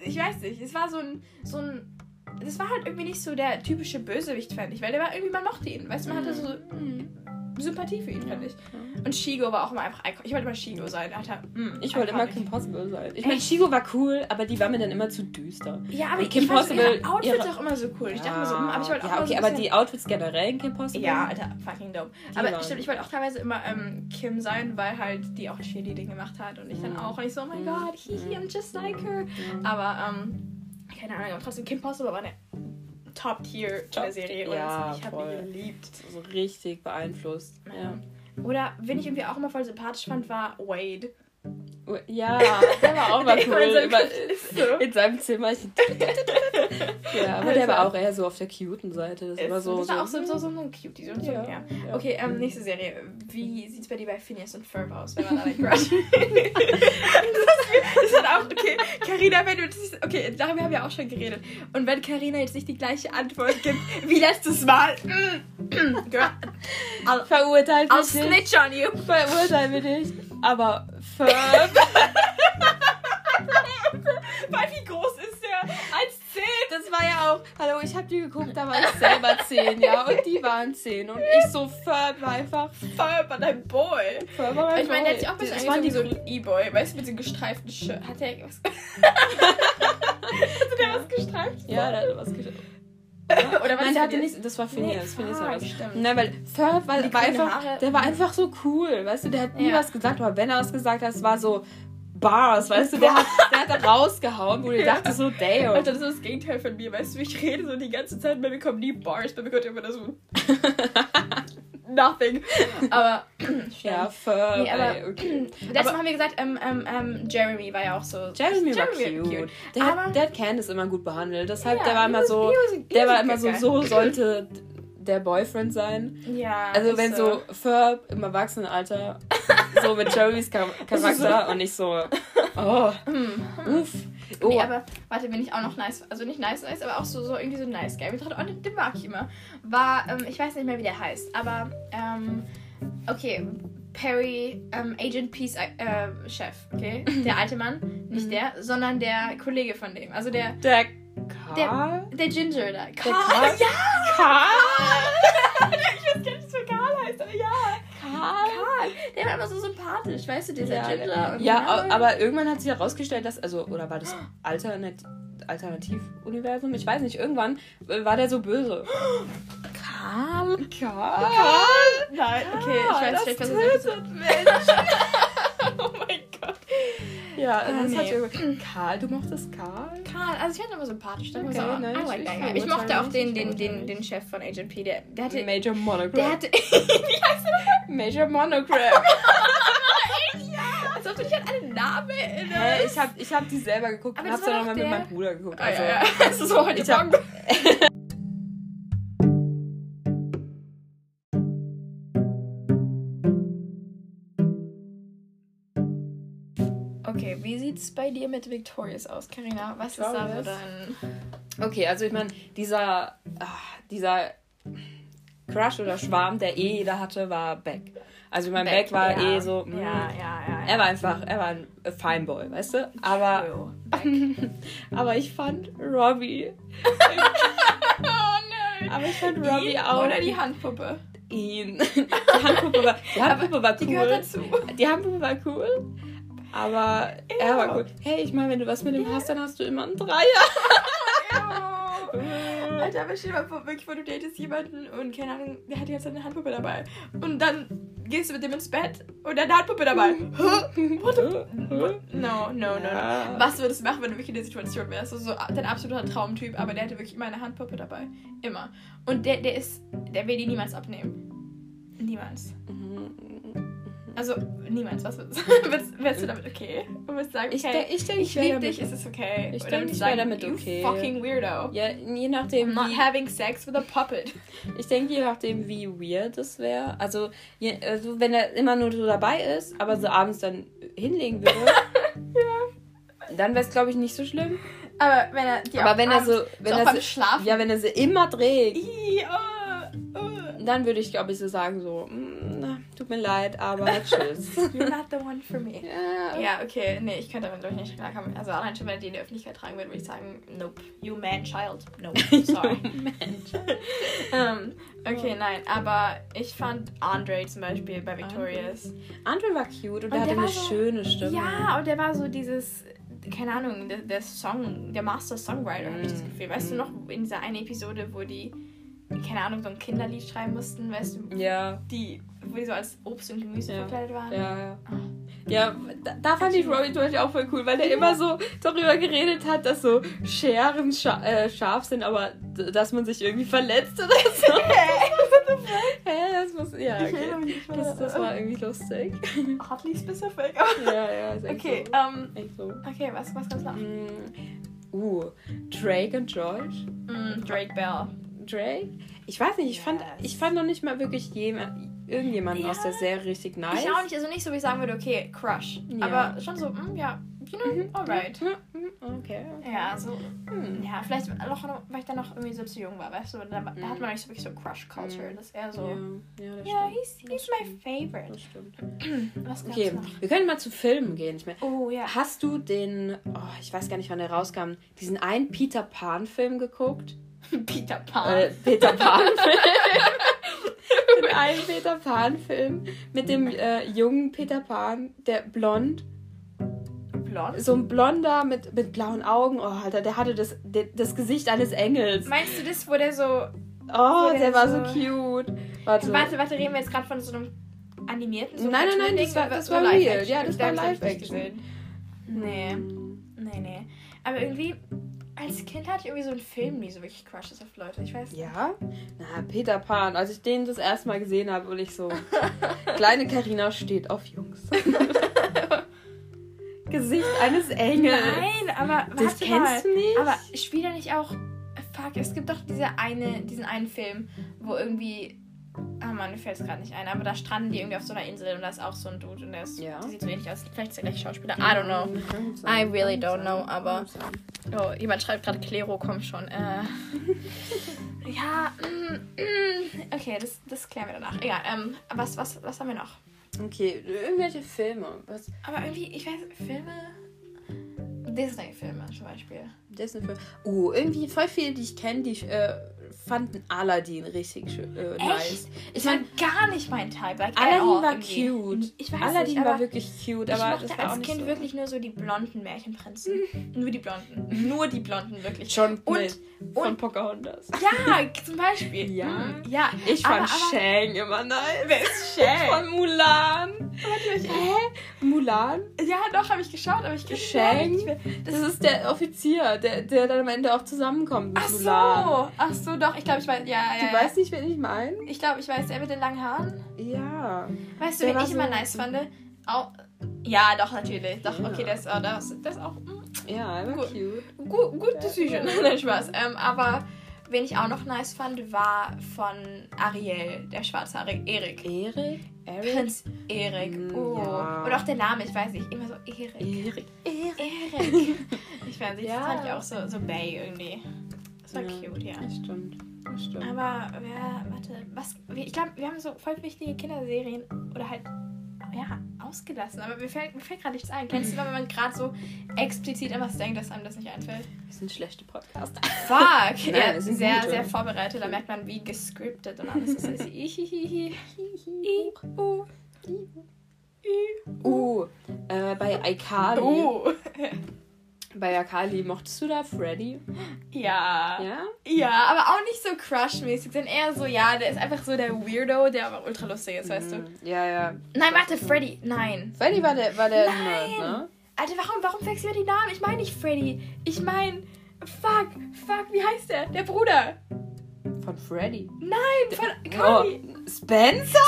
S1: Ich weiß nicht, es war so ein, so ein, das war halt irgendwie nicht so der typische Bösewicht, fand ich, weil der war irgendwie, man mochte ihn, weißt du, man hatte
S2: Mhm.
S1: so mm, Sympathie für ihn, fand ich. Und Shigo war auch immer einfach, icon- ich wollte immer Shigo sein, Alter. Mm,
S2: Ich wollte immer
S1: iconic.
S2: Kim Possible sein. Ich meine,
S1: Echt?
S2: Shigo war cool, aber die war mir dann immer zu düster.
S1: Ja, aber
S2: Und Kim
S1: ich fand so ihre
S2: Possible,
S1: Outfits
S2: ihre-
S1: auch immer so cool. Ich dachte mir so, mm, aber ich wollte auch
S2: Ah, ja,
S1: immer
S2: okay,
S1: so ein
S2: aber
S1: bisschen-
S2: die Outfits generell in Kim Possible?
S1: Ja, Alter, fucking dope.
S2: Die
S1: aber
S2: waren-
S1: stimmt, ich wollte auch teilweise immer ähm, Kim sein, weil halt die auch Cheerleading gemacht hat und ich dann auch. Und ich so, oh my god, hihi, I'm just like her. Aber, ähm, keine Ahnung, aber trotzdem, Kim Possible war eine Top-Tier in der Serie.
S2: Top-Tier,
S1: und
S2: ja,
S1: ich habe
S2: voll.
S1: die geliebt.
S2: So richtig beeinflusst. Ja.
S1: Oder, wen ich irgendwie auch immer voll sympathisch fand, war Wade.
S2: Oh, Ja, der war auch mal
S1: Der
S2: cool.
S1: immer in seinem
S2: Immer
S1: Kopf ist so.
S2: in seinem Zimmerchen. ja, aber der
S1: Also.
S2: war auch eher so auf der cuten Seite. Das war so. hm,
S1: das war auch so, so, so ein Cutie. So, so,
S2: Ja,
S1: ja.
S2: ja.
S1: Okay, ähm, nächste Serie. Wie sieht's bei dir bei Phineas und Ferb aus, wenn man da like Crush? das, ist- das hat auch, okay, Carina, wenn du das, okay, darüber haben wir auch schon geredet. Und wenn Carina jetzt nicht die gleiche Antwort gibt, wie letztes Mal, mm, girl, I'll,
S2: Verurteilt
S1: I'll
S2: mich nicht.
S1: snitch on you.
S2: Verurteilt mich nicht. Aber Ferb.
S1: Weil wie groß ist der? 1,10.
S2: Das war ja auch, hallo, ich hab die geguckt, da war ich selber zehn, ja, und die waren zehn. Und ich so, Ferb war einfach,
S1: Ferb an ein Boy.
S2: Ferb war einfach.
S1: Ich meine, der hat sich auch ein bisschen
S2: Das waren
S1: angezogen wie
S2: die
S1: so ein E-Boy, weißt du, mit dem gestreiften Shirt. Hat der was? Hat der was gestreift?
S2: Ja, der hatte was geschafft.
S1: Oder war
S2: Nein,
S1: das
S2: der hatte
S1: Phineas?
S2: nicht, das war Phineas,
S1: Nee,
S2: Phineas
S1: ah,
S2: war was.
S1: stimmt.
S2: Nein, Ne, weil Ferb war,
S1: Die
S2: war
S1: grünen
S2: einfach,
S1: Haare.
S2: der war einfach so cool, weißt du, der hat nie
S1: Ja.
S2: was gesagt, aber wenn er was gesagt hat, es war so Bars, weißt du, der hat, der hat da rausgehauen, wo du
S1: Ja.
S2: dachtest so, damn.
S1: Alter, das ist das Gegenteil von mir. Weißt du, ich rede so die ganze Zeit, bei mir kommen nie Bars, bei mir kommt immer das so. Nothing. Aber.
S2: Ja, Ferb,
S1: Nee, aber-
S2: ey, okay.
S1: Letztes Mal haben wir gesagt, ähm, ähm, ähm, Jeremy war ja auch so.
S2: Jeremy,
S1: Jeremy
S2: war cute. Der,
S1: Aber-
S2: hat, der hat Candice immer gut behandelt, deshalb,
S1: Ja,
S2: der war
S1: he
S2: immer
S1: was-
S2: so...
S1: he was a- he
S2: Der
S1: was
S2: war
S1: a
S2: immer
S1: good
S2: so,
S1: guy.
S2: so sollte der Boyfriend sein.
S1: Ja.
S2: Also
S1: ist
S2: wenn so Ferb im Erwachsenenalter, so mit Jeremys Char- Charakter und nicht so, oh, uff. Oh,
S1: Hm. Nee, aber warte, wenn ich auch noch nice, also nicht nice, nice, aber auch so, so irgendwie so nice Game. Ich dachte, oh, den, den mag ich immer. War, ähm, ich weiß nicht mehr, wie der heißt, aber, ähm, okay, Perry, ähm, Agent Peace äh, Chef, okay? Der alte Mann,
S2: Mhm.
S1: nicht der, sondern der Kollege von dem, also der,
S2: der Karl?
S1: der Ginger da. Karl,
S2: Karl?
S1: ja!
S2: Karl?
S1: ich weiß gar nicht, was für Karl heißt, aber ja,
S2: Karl?
S1: Karl. Der war immer so sympathisch, weißt du, dieser
S2: Ja,
S1: Ginger.
S2: der-
S1: und
S2: ja,
S1: genau.
S2: au- aber irgendwann hat sich herausgestellt, dass, also, oder war das Alternat Alternativuniversum? Ich weiß nicht, irgendwann äh, war der so böse. Karl? Karl? Karl?
S1: Nein, okay, ich weiß
S2: das
S1: nicht, was
S2: tötet
S1: ich Mensch. oh mein Gott.
S2: Ja,
S1: Ah,
S2: das hat
S1: nee.
S2: irgendwie. Karl, du mochtest Karl?
S1: Karl, also ich fand ihn immer sympathisch. Okay,
S2: Okay,
S1: so,
S2: nein,
S1: I
S2: ich-
S1: like
S2: ich
S1: that guy. ich
S2: verurteile
S1: mochte auch
S2: nicht,
S1: den,
S2: ne? ich
S1: den, den,
S2: verurteile
S1: den Chef von Agent P. Der, der hatte. Der
S2: Major Monogram.
S1: hatte. Wie heißt der?
S2: Major Monogram.
S1: ja! Als ob du nicht an einen Namen
S2: Hä,
S1: erinnerst.
S2: ich habe ich hab die selber geguckt
S1: Aber
S2: und
S1: das
S2: hab's dann
S1: war doch
S2: nochmal mit
S1: der-
S2: meinem Bruder geguckt.
S1: Ah,
S2: Also,
S1: ja, ja. Das ist so heute
S2: Ich hab-
S1: Morgen. Okay, wie sieht's bei dir mit Victorious aus, Karina? Was ist da so
S2: Victorious?
S1: dein.
S2: Okay, also ich meine, dieser, ah, dieser Crush oder Schwarm, der eh jeder hatte, war Beck. Also mein Beck, war
S1: ja.
S2: eh so. mm,
S1: Ja, ja, ja.
S2: Er war einfach, er war ein Fineboy, weißt du? Aber,
S1: Oh,
S2: aber ich fand Robbie
S1: Oh, nein! gut.
S2: Aber ich fand
S1: Die
S2: Robbie auch.
S1: Oder die Handpuppe.
S2: ihn. Die Handpuppe war, die Handpuppe war
S1: Die gehört
S2: cool.
S1: dazu.
S2: Die Handpuppe war cool. Aber er war
S1: Ja.
S2: cool. Hey, ich meine, wenn du was mit dem hast, dann hast du immer einen
S1: Ew.
S2: Dreier.
S1: Alter, aber stell dir mal vor, wirklich, weil du datest jemanden und keine Ahnung, der hat die ganze Zeit eine Handpuppe dabei. Und dann gehst du mit dem ins Bett und der hat eine Handpuppe dabei. No, no, no, no.
S2: Ja.
S1: Was würdest du machen, wenn du wirklich in der Situation wärst? Also so dein absoluter Traumtyp, aber der hatte wirklich immer eine Handpuppe dabei. Immer. Und der, der ist, der will die niemals abnehmen. Niemals.
S2: Mhm.
S1: Also, niemals. Was würdest, würdest, wärst du damit okay? Und würdest sagen,
S2: Ich,
S1: okay,
S2: de ich denke,
S1: ich,
S2: ich
S1: liebe
S2: wäre
S1: dich,
S2: damit.
S1: es ist okay.
S2: Ich
S1: Oder
S2: denk,
S1: würdest
S2: ich
S1: du sagen,
S2: wär damit
S1: you
S2: okay.
S1: fucking weirdo.
S2: Ja, je
S1: I'm
S2: nachdem,
S1: not
S2: wie,
S1: having sex with a puppet.
S2: ich denke, je nachdem, wie weird es wäre. Also, je, also, wenn er immer nur so dabei ist, aber so abends dann hinlegen würde, dann wäre es, glaube ich, nicht so schlimm.
S1: Aber wenn er die
S2: aber
S1: auch
S2: wenn er
S1: abends-
S2: so, wenn
S1: auch
S2: er
S1: beim
S2: so,
S1: Schlafen.
S2: ja, wenn er sie immer trägt,
S1: Ih, oh, oh.
S2: dann würde ich, glaube ich, so sagen, so, "Mm, na, tut mir leid, aber tschüss.
S1: You're not the one for me.
S2: ja.
S1: Ja, okay. Nee, ich könnte damit glaube ich nicht klarkommen. Also allein schon, wenn er die in der Öffentlichkeit tragen würde, würde ich sagen, nope. You man child. Nope. Sorry.
S2: Mensch.
S1: ähm, okay, nein. Aber ich fand Andre zum Beispiel bei Victorious.
S2: Andre war cute und,
S1: der
S2: er hatte
S1: war
S2: eine
S1: so-
S2: schöne Stimme.
S1: Ja, und der war so dieses, keine Ahnung, der, der Song, der Master Songwriter, habe ich das
S2: Mm.
S1: Gefühl. Weißt du noch, in dieser einen Episode, wo die, keine Ahnung, so ein Kinderlied schreiben mussten, weißt du,
S2: Ja,
S1: die, wo die so als Obst und Gemüse
S2: Ja.
S1: verkleidet waren? Ah.
S2: ja, ja. Ja, da, da fand ich Robbie zum Beispiel auch voll cool, weil der immer so darüber geredet hat, dass so Scheren scha äh, scharf sind, aber d- dass man sich irgendwie verletzt oder so. Hä, das muss, ja,
S1: Ich erinnere
S2: okay.
S1: mich nicht mehr
S2: Das, das
S1: daran.
S2: war irgendwie lustig.
S1: Hardly specific.
S2: Ja, ja, ist echt
S1: Okay,
S2: so.
S1: ähm,
S2: Echt so.
S1: okay, was, was kannst du noch?
S2: Mm, Uh, Drake und George.
S1: Mm, Drake Bell.
S2: Drake? Ich weiß nicht, ich fand,
S1: Yes.
S2: ich fand noch nicht mal wirklich jemand, irgendjemanden
S1: Ja.
S2: aus der Serie richtig nice.
S1: Ich auch nicht, also nicht so, wie ich sagen würde, okay, Crush.
S2: Ja.
S1: Aber schon so, mm, ja, you know,
S2: Mhm.
S1: alright.
S2: Hm, hm, Okay.
S1: Ja, so,
S2: Hm.
S1: ja, vielleicht, noch, weil ich dann noch irgendwie so zu jung war, weißt du, da, da hat man nicht so wirklich so Crush-Culture,
S2: Mhm.
S1: das ist eher so,
S2: Ja, ja, das
S1: ja,
S2: stimmt.
S1: he's, he's my favorite.
S2: Das stimmt.
S1: Was gab's
S2: Okay,
S1: noch?
S2: wir können mal zu Filmen gehen. Ich meine,
S1: Oh, ja.
S2: hast du den, oh, ich weiß gar nicht, wann der rauskam, diesen einen Peter Pan-Film geguckt?
S1: Peter Pan.
S2: Äh, Peter Pan-Film. den einen Peter Pan-Film mit dem äh, jungen Peter Pan, der blond
S1: Blond?
S2: so ein Blonder mit, mit blauen Augen. Oh, Alter, der hatte das, der, das Gesicht eines Engels.
S1: Meinst du das, wo der so,
S2: Oh,
S1: der
S2: der war so
S1: so-
S2: cute. Warte.
S1: warte, warte, reden wir jetzt gerade von so einem animierten, so
S2: Nein, nein, nein,
S1: Cartoon-Ding
S2: das war-
S1: oder-
S2: das
S1: oder
S2: war real.
S1: Live-Action?
S2: Ja, das
S1: Ich glaub,
S2: war
S1: hab ich nicht
S2: Live-Action.
S1: gesehen. Nee. Nee, nee. Aber irgendwie, als Kind hatte ich irgendwie so einen Film nie so wirklich Crushes auf Leute. Ich weiß nicht.
S2: Ja? Na, Peter Pan. Als ich den das erste Mal gesehen habe und ich so. Kleine Karina steht auf Jungs. Gesicht eines Engels.
S1: Nein, aber warte
S2: Das kennst
S1: mal.
S2: du nicht?
S1: Aber spielt er nicht auch. Fuck, es gibt doch diese eine, diesen einen Film, wo irgendwie. Ah Mann, mir fällt es gerade nicht ein, aber da stranden die irgendwie auf so einer Insel und da ist auch so ein Dude und der, ist,
S2: Ja.
S1: der sieht so ähnlich aus. Vielleicht ist der gleiche Schauspieler. I don't know. I really don't know, aber- Oh, jemand schreibt gerade Klero, komm schon. Äh. ja, mm, mm, okay, das, das klären wir danach. Egal, ähm, was, was, was haben wir noch?
S2: Okay, irgendwelche Filme. Was?
S1: Aber irgendwie, ich weiß, Filme. Disney-Filme zum Beispiel.
S2: Disney-Filme. Uh, irgendwie voll viele, die ich kenne, die äh, fanden Aladdin richtig schön, äh, nice.
S1: Ich meine, gar nicht mein Type. Like, at
S2: Aladdin
S1: all
S2: war
S1: Oh, irgendwie.
S2: cute.
S1: Ich weiß
S2: Aladdin
S1: nicht,
S2: war
S1: aber
S2: wirklich cute,
S1: ich
S2: aber
S1: mochte
S2: das war auch
S1: als
S2: nicht
S1: Kind
S2: so.
S1: wirklich nur so die blonden Märchenprinzen. nur die blonden. Nur die blonden, wirklich.
S2: John
S1: Und-
S2: Smith von
S1: und-
S2: Pocahontas.
S1: Ja, zum Beispiel.
S2: Ja.
S1: Mhm, Ja.
S2: Ich
S1: Aber-
S2: fand
S1: aber-
S2: Shang immer nice.
S1: Wer ist Shang?
S2: Von Mulan. Hä? Mulan?
S1: Ja, doch, habe ich geschaut, aber ich kann
S2: Shang?
S1: nicht mehr.
S2: Das ist der Offizier, der, der dann am Ende auch zusammenkommt mit
S1: Ach so.
S2: Mulan.
S1: Ach so, doch. Ich glaube, ich weiß. Ja,
S2: Du
S1: ja. ja.
S2: weißt nicht, wen ich meine?
S1: Ich glaube, ich weiß, der mit den langen Haaren.
S2: Ja.
S1: Weißt du,
S2: Der
S1: wen
S2: war
S1: ich immer
S2: so-
S1: nice fand? Au- ja, doch, natürlich. Doch,
S2: Ja.
S1: okay, das, oh, das, das ist auch mm,
S2: Ja, er war
S1: Gut.
S2: cute.
S1: gut, gut decision. Nein, Spaß. Ähm, aber wen ich auch noch nice fand, war von Ariel, der schwarzhaarige Erik.
S2: Erik? Erik?
S1: Prinz Erik.
S2: Mm,
S1: Oh.
S2: ja.
S1: Oder auch der Name, ich weiß nicht. Immer so Erik.
S2: Erik.
S1: Erik. Ich weiß nicht,
S2: Ja.
S1: das fand ich auch so, so bay irgendwie. Das war
S2: Ja.
S1: cute, ja.
S2: Das stimmt. Das stimmt.
S1: Aber, ja, warte, was, wir- ich glaube, wir haben so voll wichtige Kinderserien oder halt ja, ausgelassen. Aber mir fällt, mir fällt gerade nichts ein. Kennst du, wenn man gerade so explizit an was denkt, dass einem das nicht einfällt?
S2: Ah, Wir sind schlechte Podcaster.
S1: Fuck!
S2: Nein,
S1: ja, sehr,
S2: wir sind gut,
S1: sehr
S2: oder?
S1: vorbereitet. Da merkt man, wie gescriptet und alles das ist. Also, Ihihihi. I, u, i, i,
S2: Uh, äh, bei Aikali.
S1: u.
S2: Bei Aikali mochtest du da Freddy?
S1: Ja.
S2: Ja?
S1: Ja, aber auch nicht so crush-mäßig, sondern eher so, ja, der ist einfach so der Weirdo, der aber ultra lustig ist, weißt du.
S2: Ja, ja.
S1: Nein, warte, Freddy, nein.
S2: Freddy war der, war der
S1: Nein!
S2: Nerd, ne?
S1: Alter, warum, warum fängst du über die Namen? Ich meine nicht Freddy. Ich meine, fuck, fuck, wie heißt der? Der Bruder.
S2: Von Freddy.
S1: Nein, von Cody.
S2: Oh, Spencer?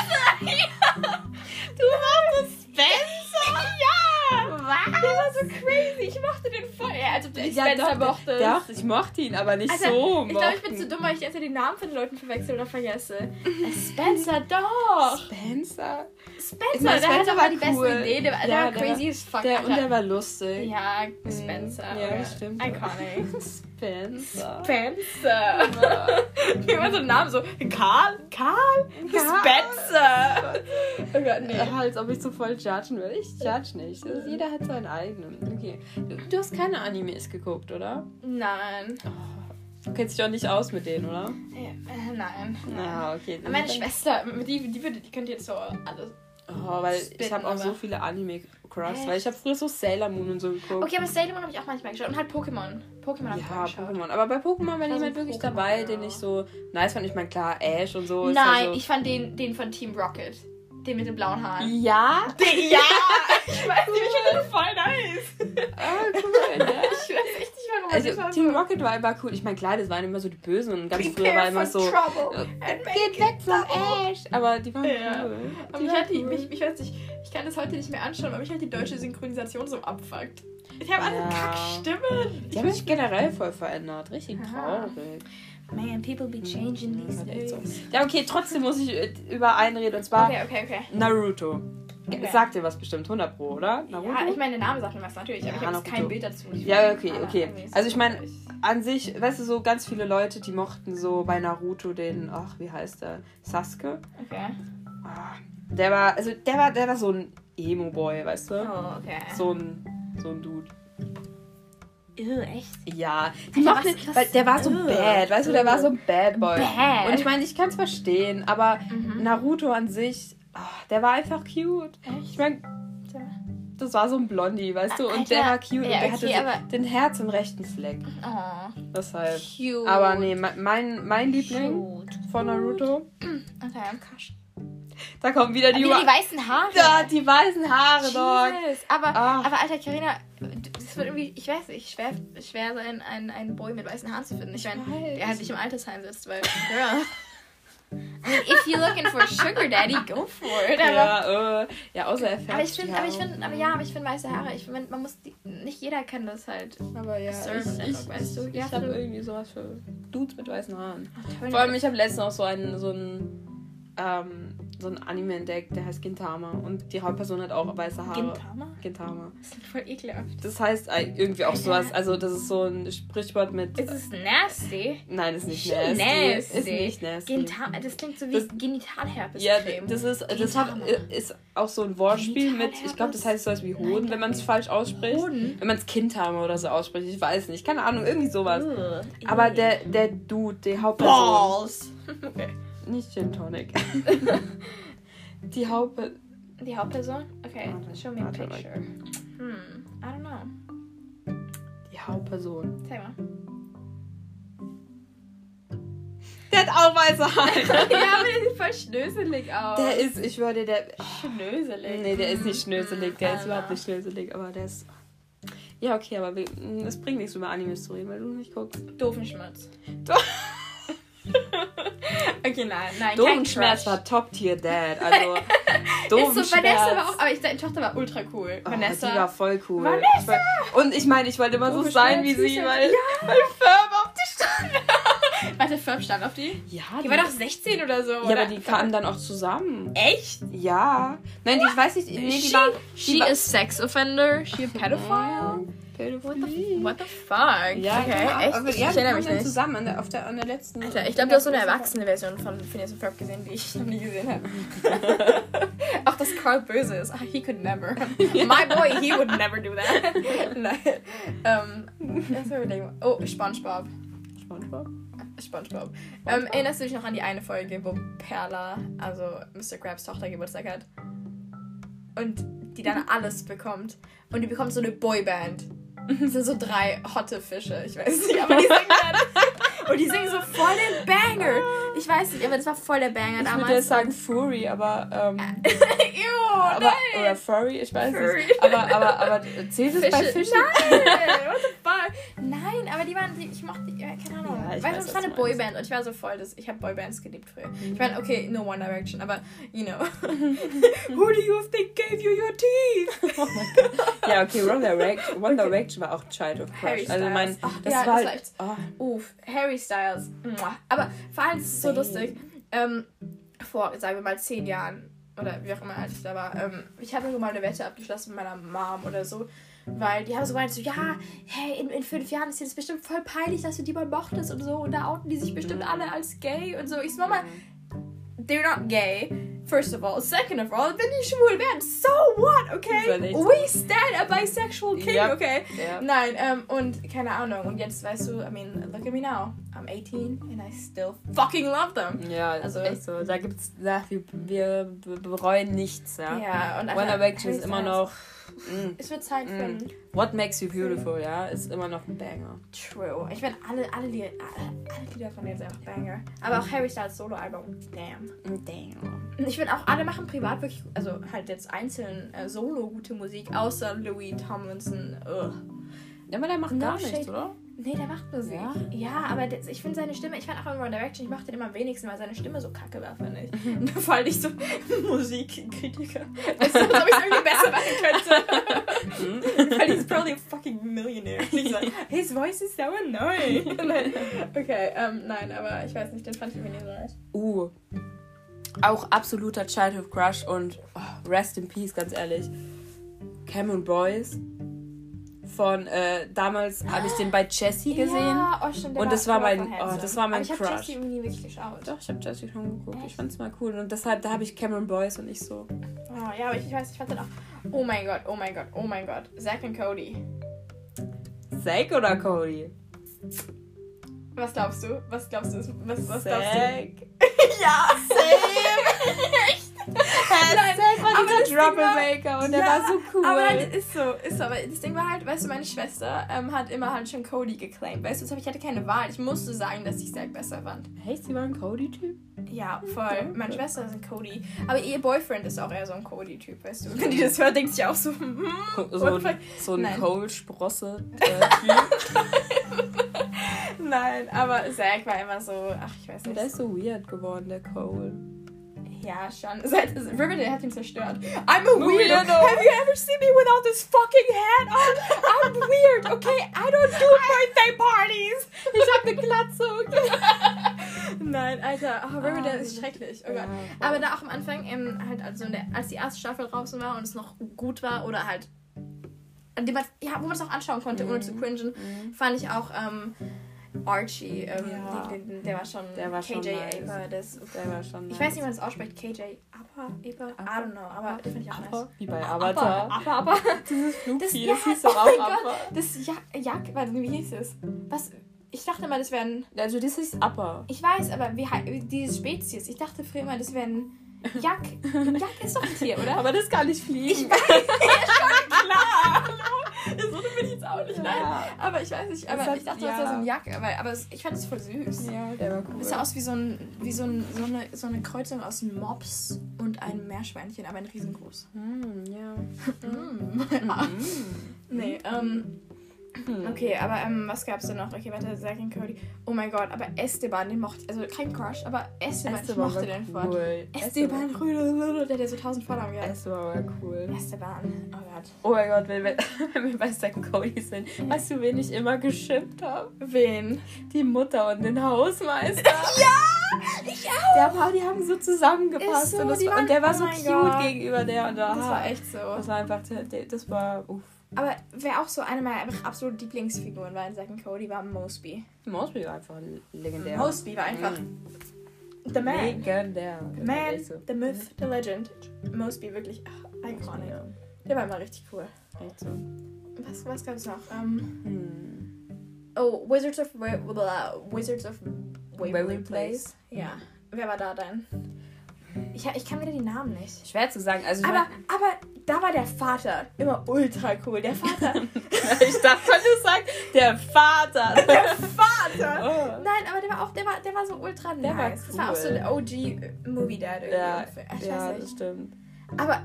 S1: Du mochtest Spencer? Ja! Was? Der war so crazy. Ich mochte den voll. Ja, als ob du nicht Spencer
S2: doch,
S1: mochtest.
S2: Doch, ich mochte ihn, aber nicht
S1: Alter,
S2: so.
S1: ich glaube, ich
S2: mochten.
S1: bin zu dumm, weil ich jetzt die Namen von den Leuten verwechsel oder vergesse. Spencer, doch!
S2: Spencer?
S1: Spencer,
S2: Ich meine,
S1: der hatte
S2: Spencer war
S1: war die
S2: cool.
S1: besten Ideen. Der, der
S2: Ja,
S1: war
S2: der
S1: crazy as fuck.
S2: Der, und
S1: Alter.
S2: der war lustig.
S1: ja, Spencer.
S2: Ja,
S1: oder?
S2: stimmt.
S1: Iconic.
S2: Spencer.
S1: Spencer. Wie immer so einen Namen so. Karl? Karl?
S2: Karl.
S1: Spencer. Oh Gott, nee.
S2: Äh, Als ob ich so voll judgen würde. Ich judge nicht. Das ist- jeder hat seinen eigenen. Okay. Du, du hast keine Animes geguckt, oder?
S1: Nein.
S2: Du kennst dich auch nicht aus mit denen, oder?
S1: Äh, äh, nein.
S2: Ja, okay.
S1: Meine Schwester, die, die, würde, die könnte jetzt so alles.
S2: Oh, weil ich
S1: Spitten,
S2: habe auch so
S1: aber-
S2: viele Anime-Crushs,
S1: Hä?
S2: weil ich habe früher so Sailor Moon und so geguckt.
S1: Okay, aber Sailor Moon habe ich auch manchmal geschaut. Und halt Pokémon. Pokémon habe ich
S2: Ja,
S1: auch geschaut.
S2: Pokémon. Aber bei Pokémon war
S1: war so
S2: niemand
S1: ein
S2: wirklich
S1: Pokémon,
S2: dabei,
S1: ja.
S2: den ich so nice fand. Ich meine, klar, Ash und so. ist also-
S1: Nein,
S2: ja so.
S1: ich fand den, den von Team Rocket. Den mit den blauen Haaren.
S2: Ja?
S1: Ja! ich weiß nicht, ich finde den voll nice.
S2: Ah, cool, ja.
S1: Ich weiß echt nicht, warum
S2: Also,
S1: das war
S2: Team Rocket war immer cool. Ich meine, klar, das waren immer so die Bösen und ganz früher war
S1: Prepare
S2: immer
S1: for
S2: so.
S1: trouble
S2: äh,
S1: and make
S2: Geht
S1: it
S2: weg von
S1: double."
S2: Ash! Aber die waren
S1: Ja.
S2: cool.
S1: Aber
S2: Die
S1: mich
S2: waren
S1: hat die,
S2: cool.
S1: mich, ich weiß nicht, ich kann das heute nicht mehr anschauen, weil mich halt die deutsche Synchronisation so abfuckt. Ich habe alle
S2: Ja.
S1: Kackstimmen.
S2: Die haben sich generell voll verändert. Richtig
S1: Aha.
S2: traurig.
S1: Man, people be changing these
S2: Ja, echt so. Ja, okay, trotzdem muss ich äh, über einen reden und zwar
S1: Okay, okay, okay.
S2: Naruto.
S1: Okay.
S2: Sagt dir was bestimmt, 100 Pro, oder?
S1: Ja, ich meine, der Name sagt mir was natürlich, aber ich
S2: Ja,
S1: habe jetzt
S2: Naruto.
S1: kein Bild dazu. Ich
S2: Ja,
S1: weiß
S2: okay,
S1: nicht,
S2: okay.
S1: aber irgendwie ist
S2: Also
S1: es
S2: ich meine,
S1: gleich.
S2: An sich, weißt du, so ganz viele Leute, die mochten so bei Naruto den, ach, wie heißt der? Sasuke?
S1: Okay.
S2: Ah, Der war, also der war, der war so ein Emo-Boy, weißt du?
S1: Oh, okay.
S2: So ein, so ein Dude.
S1: Ew, echt?
S2: Ja, die
S1: Alter,
S2: mochten,
S1: was- was-
S2: weil der war so
S1: Ugh.
S2: bad, weißt du, der war so ein Bad Boy.
S1: Bad.
S2: Und ich meine, ich kann es verstehen, aber
S1: Mhm.
S2: Naruto an sich, ah, der war einfach cute.
S1: Echt?
S2: Ich meine, das war so ein Blondie, weißt du, und
S1: Ah, Alter.
S2: der war cute und
S1: Ja,
S2: der
S1: okay,
S2: hatte
S1: aber-
S2: so den Herz im rechten Fleck.
S1: Oh,
S2: Deshalb.
S1: cute.
S2: Äh, Aber nee, me- mein, mein Liebling
S1: Cute.
S2: von Naruto,
S1: Okay.
S2: da kommen wieder die,
S1: Die, die
S2: Wa-
S1: weißen Haare.
S2: Da, die weißen Haare, Dog.
S1: Jesus. Aber,
S2: Ah.
S1: aber alter Karina, das wird irgendwie, ich weiß nicht, schwer, schwer sein, einen, einen Boy mit weißen Haaren zu finden. Ich meine,
S2: weiß.
S1: der halt nicht im Altersheim sitzt, weil. Girl. I mean, if you're looking for a sugar daddy, go for it. Aber,
S2: Ja, äh, ja, außer er färbt
S1: aber ich
S2: die
S1: finde, aber ich
S2: Haare.
S1: finde, aber ja, aber ich finde weiße Haare. Ich finde, man muss die, nicht jeder kann das halt.
S2: Aber ja,
S1: Serve
S2: ich,
S1: einfach,
S2: ich,
S1: weißt du?
S2: ich,
S1: Ja,
S2: habe
S1: du-
S2: irgendwie sowas für Dudes mit weißen Haaren. Vor allem, ich habe letztens auch so einen, so einen, ähm, so einen Anime entdeckt, der heißt Gintama. Und die Hauptperson hat auch weiße Haare.
S1: Gintama?
S2: Gintama.
S1: Das ist voll ekelhaft.
S2: Das heißt äh, irgendwie auch sowas, also das ist so ein Sprichwort mit...
S1: Es ist nasty.
S2: Nein, ist nicht
S1: Schon
S2: nasty.
S1: nasty.
S2: Ist nicht nasty.
S1: Gintama, das klingt so wie
S2: Das-
S1: Genitalherpes.
S2: Ja, das ist, das hat, äh,
S1: Gintama.
S2: ist auch so ein Wortspiel mit, ich glaube, das heißt sowas wie Hoden,
S1: Nein.
S2: wenn man es falsch ausspricht.
S1: Hoden?
S2: Wenn man es Kindhame oder so ausspricht, ich weiß nicht, keine Ahnung, irgendwie sowas.
S1: Ugh.
S2: Aber der, der Dude, die Hauptperson,
S1: Balls. Okay.
S2: nicht Gin Tonic. die Haupt...
S1: Die Hauptperson? Okay,
S2: Warte,
S1: show me a
S2: warte mal.
S1: picture. Hm, I don't know.
S2: Die Hauptperson.
S1: Zeig mal.
S2: Der hat auch weiße Haare.
S1: ja, aber der sieht voll schnöselig aus.
S2: der ist, ich würde, der...
S1: schnöselig.
S2: Nee, der ist nicht schnöselig, der ist
S1: Ah.
S2: überhaupt nicht schnöselig, aber der ist... Ja, okay, aber wir- es bringt nichts, über Animes zu reden, weil du nicht guckst.
S1: Doofen Schmerz. okay, nein, nein. kein
S2: Doofenschmerz
S1: Crush.
S2: war Top Tier Dad. Also
S1: Ist so, Vanessa war
S2: Doofenschmerz.
S1: auch, aber ich, deine Tochter war ultra cool.
S2: Oh,
S1: Vanessa.
S2: Die war voll cool.
S1: Vanessa!
S2: Ich war, und ich meine, ich wollte immer so
S1: Doofenschmerz,
S2: sein wie sie,
S1: süß,
S2: weil,
S1: ja.
S2: weil Firm auf die Stadt.
S1: Warte, Firm stand auf die?
S2: Ja,
S1: Die war doch 16 oder so,
S2: ja
S1: oder?
S2: aber die kamen dann auch zusammen.
S1: Echt?
S2: Ja. Nein, die, ich weiß nicht. Nee, die
S1: she
S2: war.
S1: she
S2: war-
S1: is sex offender. She a pedophile.
S2: Fell
S1: What the, what the fuck?
S2: Ja,
S1: okay,
S2: genau.
S1: echt?
S2: Aber
S1: ich
S2: ja, wir
S1: erinnere
S2: kamen
S1: mich
S2: dann
S1: nicht.
S2: zusammen an der, auf der, an der letzten.
S1: Alter, ich glaube, du hast so eine erwachsene Version von Phineas und Ferb gesehen, die ich noch nie gesehen habe. Auch dass Carl böse ist. Ah, he could never. My boy, he would never do that. Nein. Ähm, lass mal überlegen. Oh, Spongebob.
S2: SpongeBob.
S1: Spongebob. Ähm, erinnerst du dich noch an die eine Folge, wo Perla, also Mr. Krabs Tochter, Geburtstag hat? Und die dann alles bekommt. Und die bekommt so eine Boyband.
S2: Mhm.
S1: Das sind so drei hotte Fische, ich weiß nicht, aber die singen dann. Und die singen so voll den Banger. Ich weiß nicht, aber das war voll der Banger
S2: Ich würde jetzt
S1: damals.
S2: sagen Fury, aber. Ähm,
S1: Ew,
S2: aber
S1: nein.
S2: oder Furry, ich weiß
S1: Furry.
S2: nicht. Aber, aber, aber zählt es bei Fischen?
S1: Nein, what the fuck? Nein, aber die waren, die, ich mochte, ja, keine Ahnung.
S2: Ja, ich
S1: ich weißt
S2: weiß,
S1: du,
S2: was
S1: es war eine
S2: du meinst.
S1: Boyband und ich war so voll, das, ich habe Boybands geliebt früher.
S2: Mhm.
S1: Ich meine, okay, no One Direction, aber, you know. Who do you think gave you your teeth?
S2: Oh mein Gott. Ja, okay, One Direction, One Direction war auch Child of
S1: Harry
S2: Crush. Also mein,
S1: Styles. Ach,
S2: das
S1: ja,
S2: war
S1: das war
S2: halt,
S1: echt-
S2: oh,
S1: Uff, Harry Styles. Mua. Aber vor allem, es ist so
S2: Same.
S1: lustig. Ähm, vor, sagen wir mal, zehn Jahren oder wie auch immer alt ich da war, ähm, ich habe irgendwann mal eine Wette abgeschlossen mit meiner Mom oder so. Weil die haben so gemeint, so, ja, hey, in, in fünf Jahren ist dir das bestimmt voll peinlich, dass du die mal mochtest und so. Und da outen die sich bestimmt alle als gay und so. Ich so, Mama, they're not gay. First of all. Second of all, wenn die schwul werden, so what, okay?
S2: Überlegt.
S1: We stand a bisexual king,
S2: Yep.
S1: okay?
S2: ja.
S1: Nein, ähm, und keine Ahnung. Und jetzt weißt du, I mean, look at me now. I'm 18 and I still fucking love them.
S2: Ja,
S1: Also-
S2: also echt so. Da gibt's, da, wir, wir be- bereuen nichts, ja.
S1: Ja, und
S2: One
S1: einfach-
S2: Direction ist immer noch. mm,
S1: Es wird Zeit für
S2: Mm.
S1: ein
S2: What Makes You Beautiful, ja, ist immer noch ein Banger.
S1: True. Ich meine, alle, alle, Lieder, alle, alle Lieder von denen sind einfach Banger. Aber
S2: Mhm.
S1: auch Harry Styles Soloalbum, damn.
S2: Damn.
S1: Ich finde auch, alle machen privat wirklich, also halt jetzt einzeln äh, solo gute Musik, außer Louis Tomlinson. Ugh.
S2: Ja, aber der macht
S1: No
S2: gar
S1: shade.
S2: nichts, oder?
S1: Nee, der macht Musik.
S2: Ja?
S1: Ja, aber das, ich finde seine Stimme, ich fand auch in One Direction, ich mochte den immer am wenigsten, weil seine Stimme so kacke war, finde ich.
S2: Mhm.
S1: Und da fand ich so Musikkritiker. Weißt du, als ob ich es irgendwie besser machen könnte.
S2: Mhm.
S1: Weil he's probably a fucking millionaire. Und ich so, His voice is so annoying. Nein. okay, ähm, nein, aber ich weiß nicht, den fand ich irgendwie nicht so nice.
S2: Uh. Auch absoluter Childhood Crush und oh, Rest in Peace, ganz ehrlich. Cameron Boys. Von äh, damals habe ich den bei Jessie gesehen.
S1: Ja, oh, stimmt, der
S2: Und das war
S1: der
S2: mein-
S1: voll handsome.
S2: oh, das war mein
S1: aber ich
S2: Crush.
S1: habe Jessie nie wirklich geschaut.
S2: Doch, ich habe Jessie schon geguckt. Ich
S1: Echt?
S2: fand's mal cool. Und deshalb, da habe ich Cameron Boys und ich so.
S1: Oh, ja, aber ich, ich weiß, ich fand den auch. Oh mein Gott, oh mein Gott, oh mein Gott. Zack und Cody.
S2: Zack oder Cody?
S1: Was glaubst du? Was glaubst du? Was, was glaubst du?
S2: Zack.
S1: Ja,
S2: Echt?
S1: Nein,
S2: Zack war
S1: aber
S2: dieser
S1: das Ding war-
S2: Troublemaker und der
S1: Ja,
S2: war so cool.
S1: Aber nein, ist so, ist so. Aber das Ding war halt, weißt du, meine Schwester ähm, hat immer halt schon Cody geclaimed. Weißt du, deshalb ich hatte keine Wahl. Ich musste sagen, dass ich Zack besser fand.
S2: Echt, sie war ein Cody-Typ?
S1: Ja, voll. Meine Schwester ist ein Cody. Aber ihr Boyfriend ist auch eher so ein Cody-Typ, weißt du. Wenn die das hört, denkt sich auch so, hm,
S2: So,
S1: what the fuck?
S2: ein- so ein
S1: Nein.
S2: Kohl-Sprosse-Typ.
S1: Nein, aber Zack war immer so, ach, ich weiß nicht.
S2: der ist so weird geworden, der Cole.
S1: Ja, schon. Seit, Riverdale hat ihn zerstört. I'm a
S2: Weirdo.
S1: weirdo. Have you ever seen me without this fucking hat on? I'm weird, okay? I don't do birthday parties. Ich hab eine Glatze, okay? Nein, Alter. Oh, Riverdale
S2: Ah,
S1: ist schrecklich. Oh Gott.
S2: ja, voll.
S1: Aber da auch am Anfang, ähm, halt also in der, als die erste Staffel draußen war und es noch gut war oder halt an dem man, ja, wo man es auch anschauen konnte, ohne
S2: Mhm.
S1: zu cringen, fand ich auch ähm, Archie, ähm,
S2: Ja.
S1: den, den, der war schon
S2: Der war
S1: KJ
S2: schon nice.
S1: Aper, das
S2: Der war schon
S1: ich
S2: nice.
S1: weiß nicht, wie man das ausspricht. KJ. Apa, Eber, I don't know. Aber den finde ich auch nice.
S2: Aber, wie bei Avatar.
S1: Apa, Apa.
S2: Dieses
S1: Das,
S2: Flugvieh,
S1: ja,
S2: das hieß
S1: oh
S2: doch
S1: mein
S2: auch
S1: Gott.
S2: Upper.
S1: Das ja Jack, warte, wie hieß es? Was? Ich dachte mal, das wären.
S2: Also, das hieß Upper.
S1: Ich weiß, aber wie hei- diese Spezies. Ich dachte früher mal, das wären. Jack. Jack ist doch ein Tier, oder?
S2: Aber das kann nicht fliegen.
S1: Ich weiß. Klar. Hallo. Das würde mir jetzt auch nicht. Nein.
S2: ja.
S1: Aber ich weiß nicht.
S2: Das
S1: Aber
S2: hat-
S1: ich dachte, das
S2: ja.
S1: wäre so ein Jack. Aber, aber es- ich fand es voll süß.
S2: ja, der war cool.
S1: Es sah aus wie, so, ein, wie so, ein, so, eine, so eine Kreuzung aus einem Mops und einem Meerschweinchen, aber ein riesengroß.
S2: Hm, ja.
S1: Mm. nee, ähm, okay, aber ähm, was gab's denn noch? Okay, warte, Zack und Cody. Oh mein Gott, aber Esteban, den mochte also kein Crush, aber Esteban,
S2: Esteban
S1: ich mochte
S2: war
S1: den voll.
S2: cool.
S1: Esteban, Rüdelüdel, der hat ja so tausend Vornamen gehabt.
S2: Esteban war cool.
S1: Esteban, oh Gott.
S2: Oh mein Gott, wenn wir, wenn wir bei Zack und Cody sind, weißt du, wen ich immer geschippt habe?
S1: Wen?
S2: Die Mutter und den Hausmeister.
S1: Ja, ich auch.
S2: Der Paar, die haben so zusammengepasst.
S1: Ist so,
S2: und, das,
S1: die
S2: war-
S1: waren-
S2: und der war
S1: oh
S2: so
S1: mein
S2: cute
S1: Gott.
S2: gegenüber der. Und da,
S1: Das war echt so.
S2: Das war einfach, der- der- das war, uff.
S1: Aber wer auch so eine meiner einfach absoluten Lieblingsfiguren war in Sachen Cody, war Mosby.
S2: Mosby war einfach legendär.
S1: Mosby war einfach
S2: Mhm.
S1: the man.
S2: Legendär.
S1: The man, the myth, the legend. Mosby wirklich ach, iconic.
S2: Ja,
S1: Der war immer richtig cool.
S2: echt so.
S1: Was, was gab's noch? Ähm,
S2: Hm.
S1: oh, Wizards of Wa blah, Wizards of Waverly
S2: Waverly
S1: Place. Ja. Wer war da denn? Ich, ich kann wieder die Namen nicht.
S2: Schwer zu sagen. Also ich
S1: Aber, aber da war der Vater immer ultra cool. Der Vater.
S2: mein, ich dachte, du sagst, der Vater.
S1: der Vater!
S2: Oh.
S1: Nein, aber der war auch, der war, der war so ultra
S2: Der war
S1: nice. Das war auch so
S2: cool.
S1: der OG-Movie Dad irgendwie.
S2: Ja,
S1: ich
S2: ja,
S1: weiß
S2: das
S1: nicht.
S2: stimmt.
S1: Aber.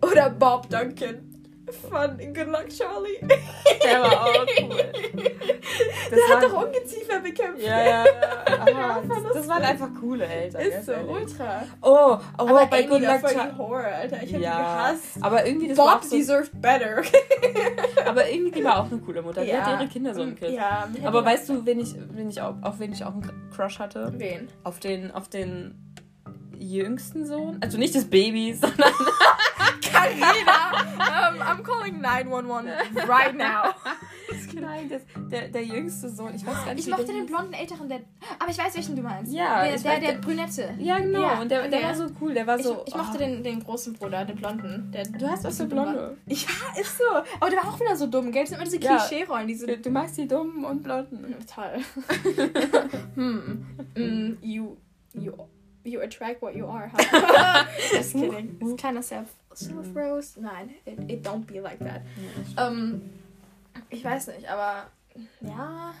S1: oder Bob Duncan von Good Luck Charlie.
S2: Der war auch cool.
S1: der
S2: Das
S1: hat
S2: war-
S1: doch Ungeziefer bekämpft.
S2: Ja, ja, ja.
S1: Ja,
S2: Aha,
S1: voll
S2: das, das waren einfach coole Eltern.
S1: Ist
S2: ganz
S1: so
S2: ehrlich.
S1: ultra.
S2: Oh, oh,
S1: aber
S2: bei
S1: Amy
S2: Good
S1: war
S2: Luck
S1: voll die
S2: Charlie.
S1: Horror, Alter. Ich hab
S2: Ja,
S1: die gehasst.
S2: aber irgendwie, das war
S1: Bob
S2: auch so,
S1: deserved better.
S2: aber irgendwie die war auch eine coole Mutter. Die
S1: Ja. Mm,
S2: hatte ihre Kinder so im Kind.
S1: Ja, mir hat
S2: Aber
S1: die-
S2: weißt du, wen ich, wen ich auch, auf wen ich auch einen Crush hatte?
S1: Wen?
S2: Auf den, auf den jüngsten Sohn? Also nicht das Baby, sondern
S1: Karina, um, I'm calling 911 right now.
S2: nein, das, der, der jüngste Sohn. Ich weiß gar nicht,
S1: Ich
S2: wie
S1: mochte
S2: der
S1: den
S2: hieß.
S1: blonden älteren, der. Aber ich weiß, welchen du meinst.
S2: Ja,
S1: der,
S2: ich
S1: der,
S2: weiß,
S1: der
S2: der-
S1: Brünette.
S2: Ja, genau.
S1: Ja,
S2: Und der, der
S1: ja.
S2: war so cool. Der war so.
S1: ich, ich mochte
S2: oh.
S1: den, den großen Bruder, den blonden. Der,
S2: Du hast was für Blonde.
S1: Ja, ist so. Aber der war auch wieder so dumm, gell? Das sind immer diese
S2: Ah, Ja.
S1: Klischee-Rollen, diese.
S2: Du, du magst die Dummen und Blonden.
S1: Toll. hm.
S2: Mhm.
S1: Mm, you, you, you attract what you are. Huh? Just kidding. It's kind of self, self rose. Nein, it, it don't be like that. Ähm, ich weiß nicht, aber ja.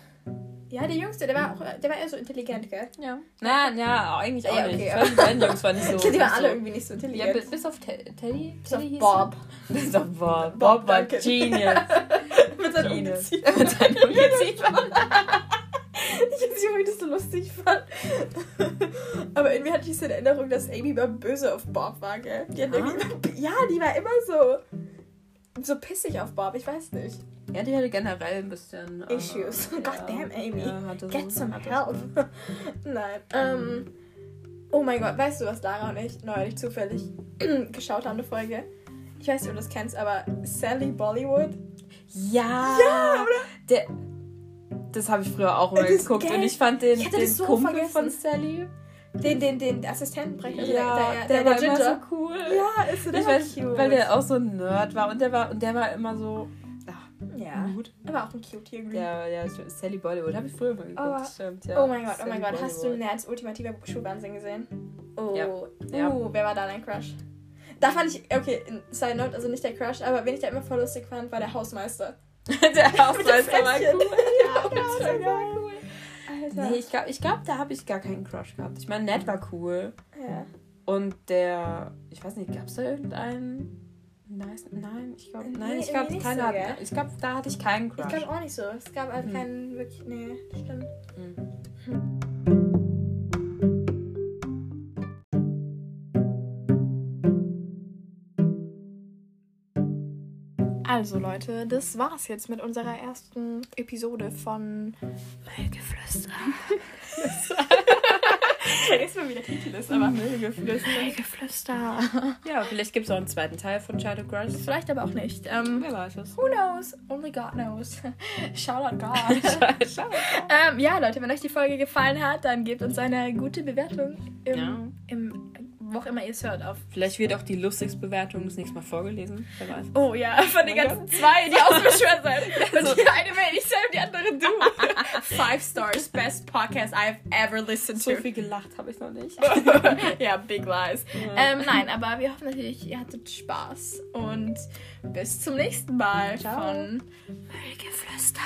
S1: Ja, der Jüngste, der war auch, der war eher so intelligent, gell?
S2: Ja. Na, ja, eigentlich auch
S1: Ja, okay,
S2: nicht. Ich
S1: ja.
S2: weiß, die beiden Jungs waren nicht so.
S1: die waren alle
S2: nicht
S1: irgendwie nicht so
S2: so. Ja,
S1: intelligent.
S2: bis, bis auf Te Teddy. Teddy
S1: Bis auf
S2: hieß
S1: Bob.
S2: er? Bis auf Bob. Bob,
S1: Bob
S2: war
S1: Duncan.
S2: Genius.
S1: Mit seinem
S2: Genius.
S1: Ungeziefer.
S2: Mit seinem Ungeziefer.
S1: Ich weiß nicht, ob ich das so lustig fand. Aber irgendwie hatte ich es in Erinnerung, dass Amy immer böse auf Bob war, gell? Die hat
S2: Ja?
S1: irgendwie immer, ja, die war immer so. So pissig auf Bob, ich weiß nicht.
S2: Ja, die hatte generell ein bisschen. äh,
S1: Issues. God damn, Amy.
S2: Ja, hatte so-
S1: Get some
S2: hatte-
S1: help. Nein. Ähm, oh mein Gott, weißt du, was Lara und ich neulich zufällig geschaut haben, eine Folge? Ich weiß nicht, ob du das kennst, aber Sally Bollywood.
S2: Ja.
S1: Ja, oder?
S2: Der, das habe ich früher auch immer
S1: Das ist
S2: geguckt.
S1: geil.
S2: Und ich fand den,
S1: Ich hatte
S2: den
S1: das so
S2: Kumpel
S1: vergessen.
S2: von Sally.
S1: Den, den, den Assistentenbrecher. also
S2: ja, der, war immer
S1: Ginger.
S2: so cool.
S1: Ja, ist so der
S2: ich
S1: war
S2: weiß,
S1: cute.
S2: weil der auch so ein Nerd war. Und der war, und der war immer so. Ach,
S1: ja.
S2: gut.
S1: Er war auch ein cute hier.
S2: Ja, ja, stimmt. Sally Bollywood habe ich früher mal geguckt.
S1: Oh.
S2: stimmt, ja.
S1: oh mein Gott, oh mein
S2: Sally
S1: Gott. Hast du
S2: Bollywood.
S1: Nerds ultimative Schulwahnsinn gesehen? Oh.
S2: Ja. Ja.
S1: Uh, wer war da dein Crush? Da fand ich, okay, Side Note, also nicht der Crush, aber wen ich da immer voll lustig fand, war der Hausmeister.
S2: der
S1: ne- Mit dem
S2: Hausmeister war
S1: Frettchen.
S2: cool.
S1: Ja, der
S2: das war
S1: Hausmeister war
S2: geil.
S1: Alter.
S2: Nee, ich glaube, ich glaub, da habe ich gar keinen Crush gehabt. Ich meine, Ned war cool.
S1: Ja.
S2: Und der, ich weiß nicht, gab es da irgendeinen? Nice, nein, ich glaube,
S1: Nee,
S2: nein, ich
S1: irgendwie
S2: glaube,
S1: nicht
S2: keiner
S1: so,
S2: hat,
S1: gell?
S2: ich glaube, da hatte ich keinen Crush.
S1: Ich glaube auch nicht so. Es gab halt
S2: Hm.
S1: keinen wirklich. Nee, das stimmt.
S2: Mhm.
S1: Also Leute, das war's jetzt mit unserer ersten Episode von Müllgeflüster. Vergiss mal, wie der Titel ist, aber Müllgeflüster.
S2: Mhm. Ja, vielleicht gibt es auch einen zweiten Teil von Shadow Crush.
S1: Vielleicht aber auch nicht. Ähm,
S2: Wer weiß es.
S1: who knows? Only God knows. Shout out God.
S2: Schau.
S1: ähm, ja, Leute, wenn euch die Folge gefallen hat, dann gebt uns eine gute Bewertung. Im,
S2: Ja.
S1: im, wo auch immer ihr es hört. Auf
S2: Vielleicht wird auch die Lustigbewertung das nächste Mal vorgelesen. Wer weiß.
S1: Oh ja, von den
S2: Ja.
S1: ganzen zwei, die ausbeschwört sind. Und die eine bin ich selbst, die andere du. Five stars, best podcast I've ever listened
S2: So viel gelacht habe ich noch nicht.
S1: ja, big lies. Ähm, nein, aber wir hoffen natürlich, ihr hattet Spaß. Und bis zum nächsten Mal
S2: Ciao.
S1: von Müllgeflüster.